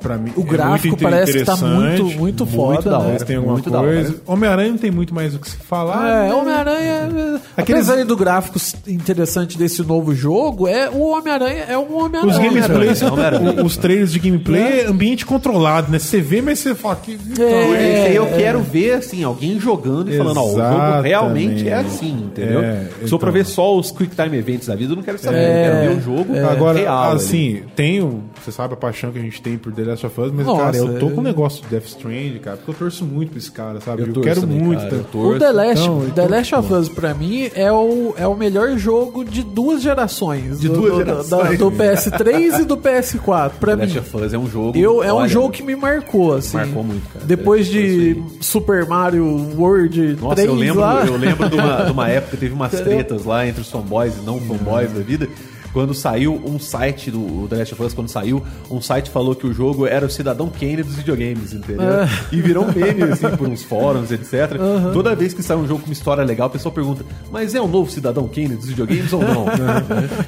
pra mim é. é O gráfico muito parece que tá interessante, muito- muito foda, da né? hora. Tem alguma Muito da hora. coisa. Homem-Aranha não tem muito mais o que se falar. É, né? Homem-Aranha. é, Aqueles- Apesar do gráfico interessante desse novo jogo, é o Homem-Aranha é um Homem-Aranha. Os gameplays, Homem-Aranha, Homem-Aranha. o- os trailers de gameplay é ambiente controlado, né? Você vê, mas você fala que. então, É. Esse aí eu quero ver, assim, alguém jogando e falando, ó, o jogo Exatamente. realmente é assim, entendeu? É, Se for pra então. ver só os Quick Time Events da vida, eu não quero saber. É, eu quero ver o jogo Agora, real. ali. assim, tenho. Você sabe a paixão que a gente tem por The Last of Us, mas, Nossa, cara, eu tô é. com um negócio de Death Strand, cara, porque eu torço muito pra esse cara, sabe? Eu, torço quero também, muito. cara, eu tá- torço. O The Last, Então, The então, Last of Us, pra mim, é o, é o melhor jogo de duas gerações. De Do- duas do, gerações. da- do PS3 e do PS4, pra Last mim. of Us é um jogo. Eu, é um olha, jogo que me marcou, assim. Marcou muito, cara. Depois É, de Super Mario World Nossa, 3 eu lembro, lá... eu lembro de, uma, de uma época que teve umas tretas lá entre os fanboys e não fanboys da vida. Quando saiu um site do o The Last of Us, quando saiu, um site falou que o jogo era o Cidadão Kane dos videogames, entendeu? Ah. E virou um meme, assim, por uns fóruns, etc. Toda vez que sai um jogo com uma história legal, o pessoal pergunta, mas é o novo Cidadão Kane dos videogames ou não?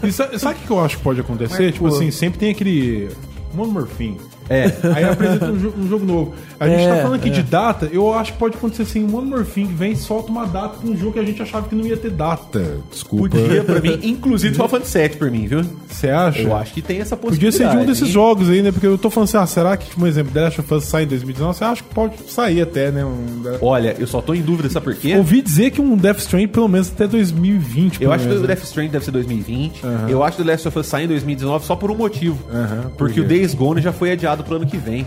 E sa- sabe o que eu acho que pode acontecer? Tipo assim, sempre tem aquele. One More Thing. É. Aí apresenta um, jo- um jogo novo. A gente É, tá falando aqui de data, eu acho que pode acontecer assim: um One More Thing vem e solta uma data com um jogo que a gente achava que não ia ter data. Desculpa. Podia pra mim, inclusive Final Fantasy VII pra mim, viu? Você acha? Eu acho que tem essa Podia possibilidade. ser de um desses hein? jogos aí, né? Porque eu tô falando assim, ah, será que, por exemplo, The Last of Us sai em 2019? Você acha que pode sair até, né? Um... Olha, eu só tô em dúvida, sabe por quê? Ouvi dizer que um Death Strand pelo menos até 2020. Eu pelo acho que menos, o né? Death Strand deve ser 2020. Eu acho que o Last of Us sai em 2019 só por um motivo. Aham, por porque quê? o Days Gone já foi adiado pro ano que vem.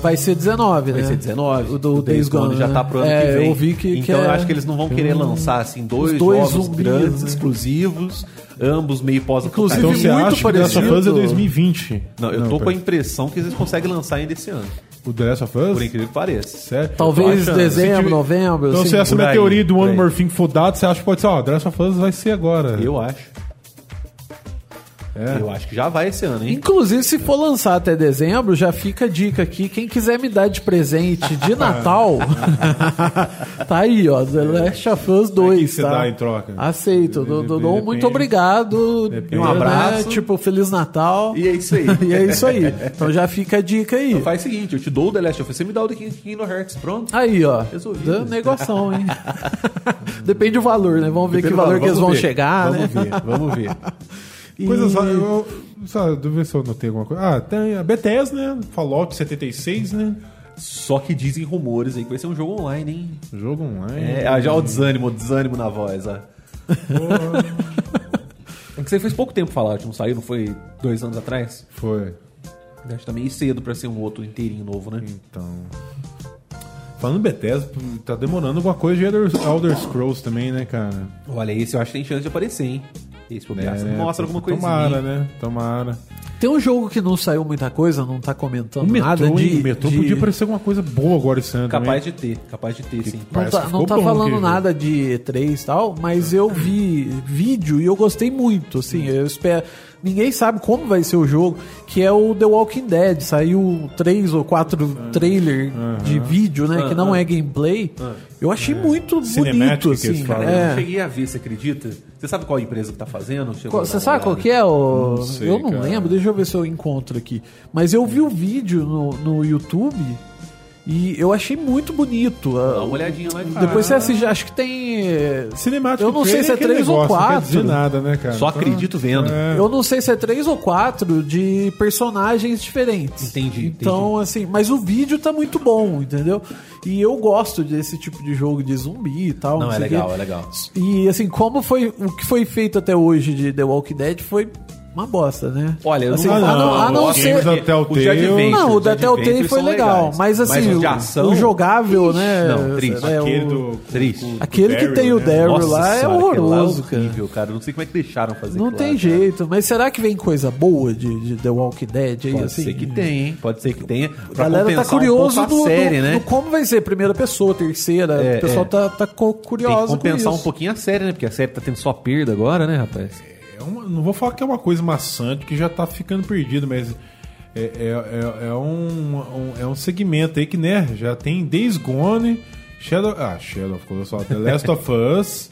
Vai ser 19, né? Vai ser 19. O do Days Gone, já né? tá pro ano É, que vem. eu vi que- que então eu é- acho que eles não vão querer lançar assim dois, dois jogos zumbis, grandes, né? exclusivos, ambos meio pós Inclusive, Então Teve você muito acha que o The Last of Us é parecido. 2020? Não, eu tô com a pera- impressão que eles conseguem lançar ainda esse ano. O The Last of Us? Por incrível que pareça. Sério? Talvez achando. dezembro, Se tiver- novembro, Então, assim. se essa por minha aí, teoria do por One aí. More Thing for dado, você acha que pode ser, ó, The Last of Us vai ser agora. Eu acho. É. Eu acho que já vai esse ano, hein? Inclusive, se for lançar até dezembro, já fica a dica aqui. Quem quiser me dar de presente de Natal, tá aí, ó. The Last of Us 2. que você tá? dá em troca? Aceito. dou- dou- dou um Depende. muito obrigado. Depende. né, Um abraço. Tipo, Feliz Natal. E é isso aí. E é isso aí. Então já fica a dica aí. Faz o seguinte, eu te dou o The Last of Us, você me dá o The Kingdom Hearts, pronto. Aí, ó. Resolvido. Dá Negoção, hein? Depende do valor, né? Vamos ver que Pelo valor, valor, que eles vão vamos ver. Ah, chegar, né? Vamos ver, vamos ver. Coisa E- só, eu, só, deixa eu ver se eu notei alguma coisa. Ah, tem a Bethesda, né? Fallout 76, né? Só que dizem rumores aí que vai ser um jogo online, hein? Jogo online. É, ah, já o desânimo, o desânimo na voz, ó. É que você fez pouco tempo falar, não saiu, não foi dois anos atrás? Foi. Acho que tá meio cedo pra ser um outro inteirinho novo, né? Então. Falando Bethesda, tá demorando alguma coisa de Elder, Elder Scrolls também, né, cara? Olha, esse eu acho que tem chance de aparecer, hein? Esse bobear, É, você né? mostra alguma coisinha. Tomara, né? Tomara. Tem um jogo que não saiu muita coisa, não tá comentando O Um metrô, nada de. hein? o metrô de- podia parecer alguma coisa boa agora esse ano Capaz também. de ter, capaz de ter, sim. Não Parece tá, que não ficou tá bom falando aquele nada de E3 e tal, mas eu vi vídeo e eu gostei muito, assim, eu espero... Ninguém sabe como vai ser o jogo, que é o The Walking Dead. Saiu três ou quatro Ah, trailer de vídeo, né, que não é gameplay. Eu achei muito Cinemática bonito, Ah, é. que eles assim, cara. falam, né? Eu É. cheguei a ver, você acredita? Você sabe qual empresa que tá fazendo? Chegou a Qual- dar Você uma sabe qual olhada? que é? O... Não sei, eu não cara. lembro, deixa eu ver se eu encontro aqui. Mas eu vi o vídeo no, no YouTube e eu achei muito bonito. Dá uma olhadinha lá de Depois você assiste, acho que tem. eh, Ah. Cinemático Eu não sei trailer se é aquele três ou negócio, Não quer dizer quatro. nada, né, cara? Só Então, acredito vendo. Eu não sei se é três ou quatro de personagens diferentes. Entendi, Então, assim, mas o vídeo tá muito bom, entendeu? E eu gosto desse tipo de jogo de zumbi e tal. Não, é sei o legal, quê. é legal. E assim, como foi. O que foi feito até hoje de The Walking Dead foi uma bosta, né? Olha, eu assim, não, a não, não, a não os ser. games da Telltale- Não, o os de da Telltale Adventure foi são legal, legais. mas assim, os de o- ação- o jogável, né, Não, triste. é, Aquele o- do... Triste. Aquele que tem né? o Daryl Nossa lá é senhora, aquele lá horroroso, cara. horrível, cara. Eu Não sei como é que deixaram fazer Não aquilo tem lá, cara. jeito, mas será que vem coisa boa de, de The Walking Dead aí, Pode assim? ser que tenha, hein? Pode ser que tenha. A galera tá curioso um pouco do, a série, do- né? do como vai ser, primeira pessoa, terceira. É, o pessoal é. tá, tá co- Tem que curioso com isso. compensar um pouquinho a série, né? Porque a série tá tendo só perda agora, né, rapaz? É uma- não vou falar que é uma coisa maçante, que já tá ficando perdido, mas é, é- é- é um, um- é um segmento aí que, né, já tem Days Gone, Shadow... Ah, Shadow, ficou só The Last of Us...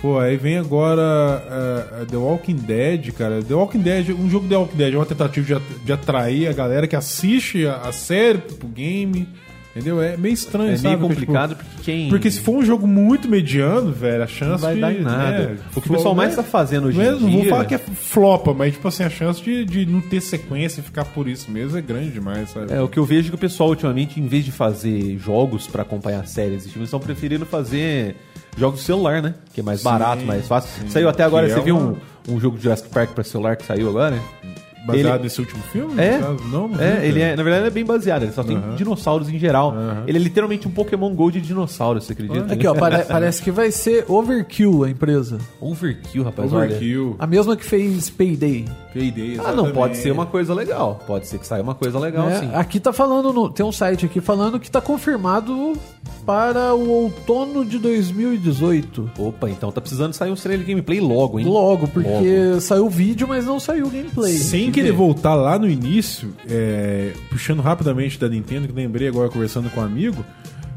Pô, aí vem agora é, é The Walking Dead, cara. The Walking Dead, um jogo The Walking Dead é uma tentativa de, at- de atrair a galera que assiste a, a série pro game, entendeu? É meio estranho, É sabe? meio Tipo, complicado porque quem... porque se for um jogo muito mediano, velho, a chance vai de, dar em é, nada. né, O que o pessoal mais né, tá fazendo hoje não é- em Não vou dia- falar que é flopa, mas tipo assim, a chance de, de não ter sequência e ficar por isso mesmo é grande demais, sabe? É, o que eu vejo é que o pessoal ultimamente, em vez de fazer jogos pra acompanhar séries e filmes, estão preferindo fazer jogos de celular, né? Que é mais barato, mais fácil. Saiu até agora, Que você é viu uma- um, um jogo de Jurassic Park pra celular que saiu agora? Baseado ele- nesse último filme? É, no caso? Hum, Não, não vi, é, ele cara. é, na verdade ele é bem baseado, ele só tem dinossauros em geral. Ele é literalmente um Pokémon Go de dinossauro, você acredita? Aqui, ó, pare- parece que vai ser Overkill a empresa. Overkill, rapaz, olha. Overkill. A mesma que fez Payday. Payday, né? Ah, não, pode exatamente. ser uma coisa legal. Pode ser que saia uma coisa legal, É, né? sim. Aqui tá falando, no- tem um site aqui falando que tá confirmado é para o um outono de 2018. Opa, então tá precisando sair um trailer gameplay logo, hein? Logo, porque saiu o vídeo, mas não saiu o gameplay. né? Sem querer voltar lá no início, é, puxando rapidamente da Nintendo, que lembrei agora conversando com um amigo,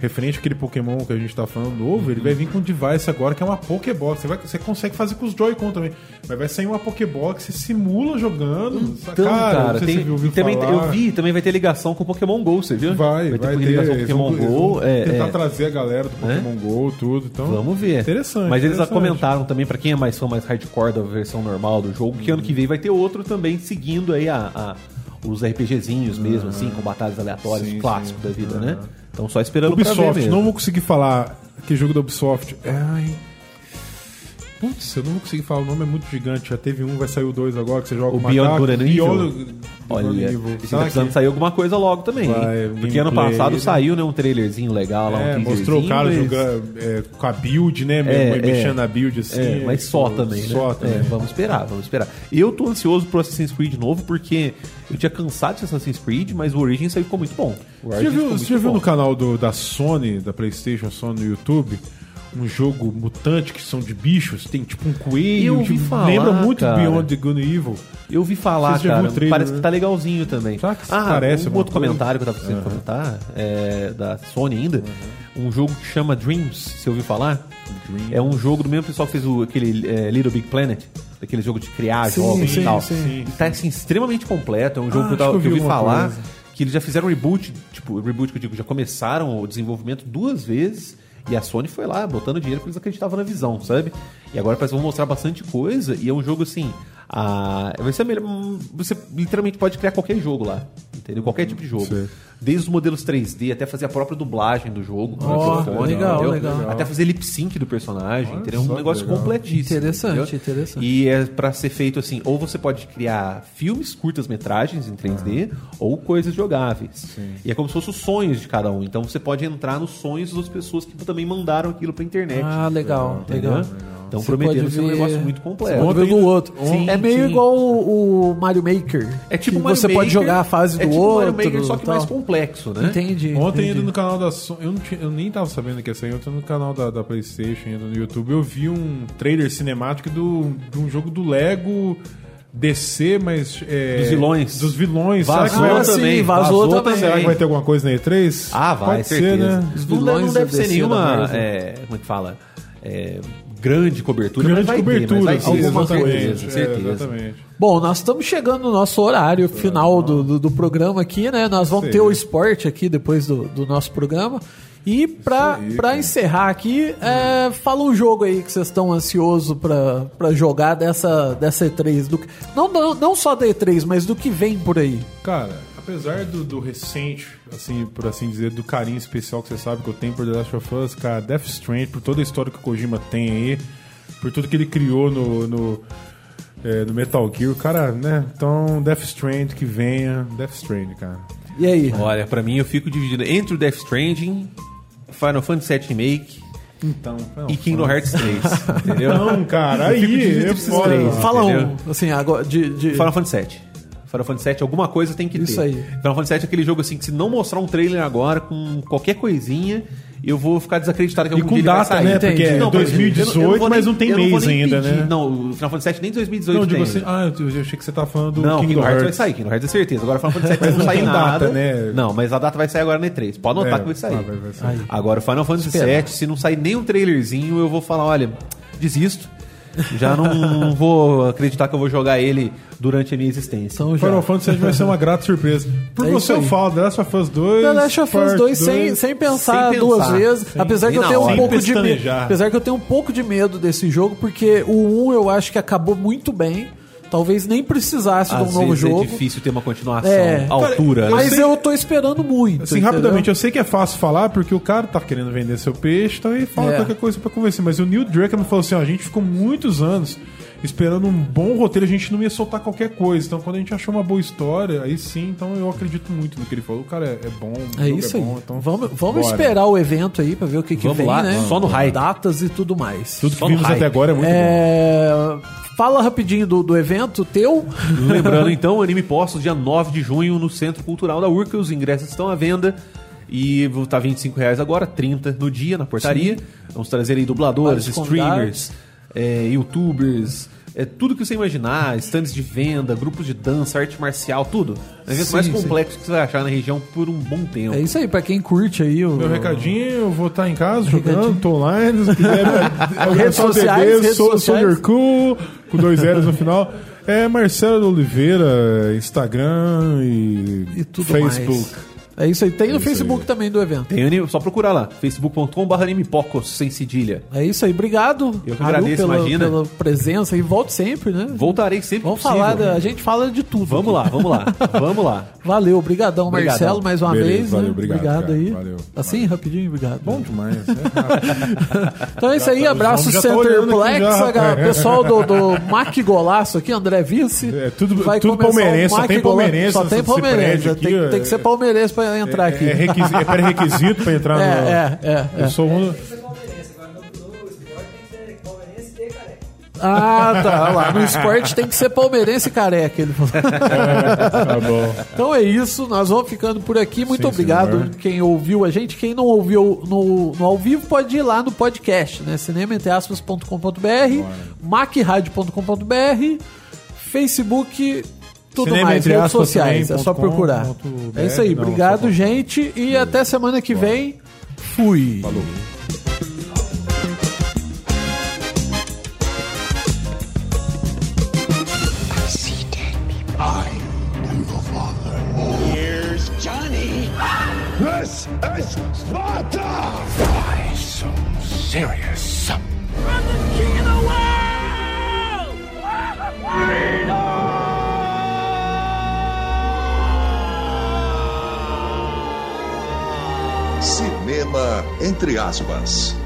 referente àquele Pokémon que a gente tá falando novo, Uhum. ele vai vir com um device agora que é uma Pokébox. Você, vai- você consegue fazer com os Joy-Con também. Mas vai sair uma Pokébox, você simula jogando. Então, cara, não sei tem- se você ouviu também, falar. eu vi, também vai ter ligação com Pokémon GO, você viu? Vai, ter vai ter. ligação eles com vão- Pokémon eles GO. vão É, tentar é. trazer a galera do Pokémon GO, tudo. Então, Vamos ver. Interessante. Mas eles já interessante. comentaram também, pra quem é mais fã, mais hardcore da versão normal do jogo, que ano que vem vai ter outro também, seguindo aí a, a- os RPGzinhos mesmo, assim, com batalhas aleatórias, Ah, Sim, Ah. clássico da vida, né? Então só esperando pra ver Ubisoft, mesmo. não vou conseguir falar que jogo da Ubisoft. Ai. Putz, eu não vou conseguir falar, o nome é muito gigante. Já teve um, vai sair o dois agora, que você joga O com Beyond macaco. Good and Evil. Beyond Good Olha, and Evil. tá Tá precisando aqui. sair alguma coisa logo também, Vai, hein? Porque ano gameplay, passado né? saiu, né, um trailerzinho legal lá, um É, mostrou o teaserzinho, cara mas- jogando é, com a build, né? É, é. mexendo na build assim. É, mas só tipo, também, né? Só também. É, vamos esperar, vamos esperar. Eu tô ansioso pro Assassin's Creed novo, porque eu tinha cansado de Assassin's Creed, mas o Origins aí ficou muito bom. O Você já viu, Origins ficou você muito já viu bom. no canal do- da Sony, da PlayStation Sony no YouTube, um jogo mutante que são de bichos? Tem tipo um coelho. Eu ouvi tipo, falar, lembra muito cara. Beyond the Good and Evil. Eu vi falar, Você já viu cara. o trailer, parece né? que tá legalzinho também. Será que ah, parece um alguma outro coisa? comentário que eu tava precisando comentar, é, da Sony ainda. Uhum. Um jogo que chama Dreams, você ouviu falar? É um jogo do mesmo pessoal que fez o, aquele é, Little Big Planet, aquele jogo de criar Sim, jogos sim, e tal. sim. E tá assim, extremamente completo. É um Ah, jogo que, eu acho tava- que eu que eu vi ouvi alguma falar. coisa. Que eles já fizeram reboot, tipo, reboot que eu digo, já começaram o desenvolvimento duas vezes e a Sony foi lá botando dinheiro porque eles acreditavam na visão, sabe? E agora parece que vão mostrar bastante coisa e é um jogo assim. A... Vai ser melhor. hum, Você literalmente pode criar qualquer jogo lá, entendeu? Qualquer tipo de jogo. Sei. Desde os modelos 3D até fazer a própria dublagem do jogo. com o Ó, microfone, legal, entendeu? legal. Até fazer lip sync do personagem, entendeu? É só um que negócio legal. completíssimo. Interessante, entendeu? interessante. E é pra ser feito assim, ou você pode criar filmes, curtas-metragens em 3D, ou coisas jogáveis. E é como se fossem os sonhos de cada um. Então você pode entrar nos sonhos das pessoas que também mandaram aquilo pra internet. Ah, legal, Entendeu? legal. Estão Você prometendo pode ser um ver- negócio muito Você completo. pode ver do outro. Sim, é meio sim. igual o, o Mario Maker. É tipo que Mario você pode Maker, jogar a fase é do tipo outro. Mario Maker, só que tal. mais complexo, né? Entendi. Ontem, entendi. indo no canal da Sony, eu, não tinha- eu nem tava sabendo que ia sair, ontem no canal da, da PlayStation, indo no YouTube, eu vi um trailer cinemático do, de um jogo do Lego DC, mas. é, Dos vilões. Dos vilões. Ah, Vazou será, que vai, sim, também. vazou também. será que vai ter alguma coisa na E3? Ah, vai, Pode ser, certeza. né? Os Não, deve- não vilões deve da ser DC da nenhuma. Marvel. é, como é que fala? É, grande cobertura. Grande mas vai cobertura, ter, mas vai ter, alguma com exatamente, certeza, é, certeza. exatamente. Bom, nós estamos chegando no nosso horário final do, do, do programa aqui, né? Nós vamos Isso ter aí. o esporte aqui depois do, do nosso programa. E pra, aí, pra cara. encerrar aqui, Hum. é, fala um jogo aí que vocês estão ansiosos pra, pra jogar dessa, dessa E3. Do, que- não, não, não só da E3, mas do que vem por aí. Cara, apesar do, do recente, assim, por assim dizer, do carinho especial que você sabe que eu tenho por The Last of Us, cara, Death Strand, por toda a história que o Kojima tem aí, por tudo que ele criou no, no, é, no Metal Gear, cara, né? Então, Death Strand que venha, Death Strand, cara. E aí? Olha, pra mim eu fico dividido entre o Death Stranding, Final Fantasy VII Remake Então, e Kingdom Hearts 3, entendeu? Não, Então, cara, Eu fico aí, dividido é entre esses foda. três. Fala entendeu? um, assim, agora de. de- Final Fantasy VII. Final Fantasy VII, alguma coisa tem que ter. Isso aí. Final Fantasy VII é aquele jogo assim que se não mostrar um trailer agora com qualquer coisinha, eu vou ficar desacreditado que E algum com dia data, ele vai sair. né? Entendi. Porque é Não, por exemplo, eu não- eu não 2018, mas vou nem- não tem eu vou mês nem ainda, pedir. né? Não, o Final Fantasy VII nem 2018 Não, eu digo tem assim, ah, ainda. eu eu achei que você tá falando do Não, Kingdom Kingdom Hearts vai Hearts. sair, Kingdom Hearts é certeza. Agora Final Fantasy VII não Não sai tem nada. data, né? Não, mas a data vai sair agora na E3. Pode notar É, que vai sair. ah, vai- vai sair. Agora o Final Fantasy VII, se não sair nem um trailerzinho, eu vou falar, olha, desisto. Já não, não vou acreditar que eu vou jogar ele durante a minha existência. Então já. um, Final Fantasy VII vai ser uma grata surpresa. Por É isso você eu aí. falo, The Last of Us 2. The Last of Us Part 2 sem, sem pensar Sem duas pensar. vezes. Sem- apesar sem que eu na tenho um hora. pouco de medo. pestanejar. Apesar que eu tenho um pouco de medo desse jogo, porque o 1 eu acho que acabou muito bem. Talvez nem precisasse de um Às novo vezes jogo. é difícil ter uma continuação É. à altura. Mas né? sei- eu tô esperando muito. Assim, entendeu? rapidamente, eu sei que é fácil falar porque o cara tá querendo vender seu peixe então ele fala É. qualquer coisa pra convencer. Mas o Neil Druckmann falou assim: ó, a gente ficou muitos anos esperando um bom roteiro, a gente não ia soltar qualquer coisa. Então, quando a gente achou uma boa história, aí sim, então eu acredito muito no que ele falou. O cara é, é bom, o É jogo isso é aí. bom, então vamos bora. vamos esperar o evento aí pra ver o que, que Vamos vem, lá, né? só no hype. Datas e tudo mais. Tudo que Só no vimos hype. até agora é muito bom. É, Fala rapidinho do, do evento teu. Lembrando então, o anime Postos, dia 9 de junho, no Centro Cultural da URCA. Os ingressos estão à venda. E vou- tá R$ 25 reais agora, 30 no dia, na portaria. Vamos trazer aí dubladores, Vários streamers, é, youtubers, é, tudo que você imaginar, stands de venda, grupos de dança, arte marcial, tudo. É o evento Sim, mais sim. complexo que você vai achar na região por um bom tempo. É isso aí, pra quem curte aí o. Meu recadinho, eu vou estar em casa Recadinho. jogando, tô online. Se quiser, Redes sou sociais, redes sou, sociais. Soldier Cool, com dois L's no final. É Marcelo Oliveira, Instagram e, e tudo Facebook. mais. É isso aí. Tem no isso Facebook aí. também do evento. Tem anime, só procurar lá, facebook.com.br animepocos, sem cedilha. É isso aí, obrigado. Eu que Haru, agradeço, pela, imagina. pela presença e volte sempre, né? Voltarei sempre Vamos que falar, possível. da- a gente fala de tudo. Vamos lá, vamos lá, vamos lá. Valeu, obrigadão, Obrigadão. Marcelo, mais uma Beleza, vez. valeu, né? obrigado, cara, aí. valeu, assim, rapidinho, obrigado. Bom demais. né? então é isso aí, tá- abraço os homens já tão olhando Centerplex, aqui já, a- rapaz. pessoal do, do Mac Golaço aqui, André Vice. É, tudo- Vai tudo começar o palmeirense, só Mac tem Golaço. palmeirense Só nesse- tem nesse palmeirense, prédio tem, aqui, tem que ser é- palmeirense pra entrar Tá aqui. É, requisi- é pré-requisito pra entrar no. É, é, é, é. Eu sou um. Ah, tá, olha lá, no esporte tem que ser palmeirense e careca, ele falou. é. Tá bom. Então é isso, nós vamos ficando por aqui. Muito Sim, obrigado senhor. quem ouviu a gente. Quem não ouviu no, no ao vivo pode ir lá no podcast, né? cinema.com.br, macradio.com.br, Facebook, tudo Cinema, mais, entre redes aspas, sociais. É também, só ponto com, procurar. ponto É isso BR, não, aí, só obrigado, ponto gente. E até semana que vem. Fui. Here's Johnny. This is Sparta! Why so serious? From the king of the world! Cinema entre aspas.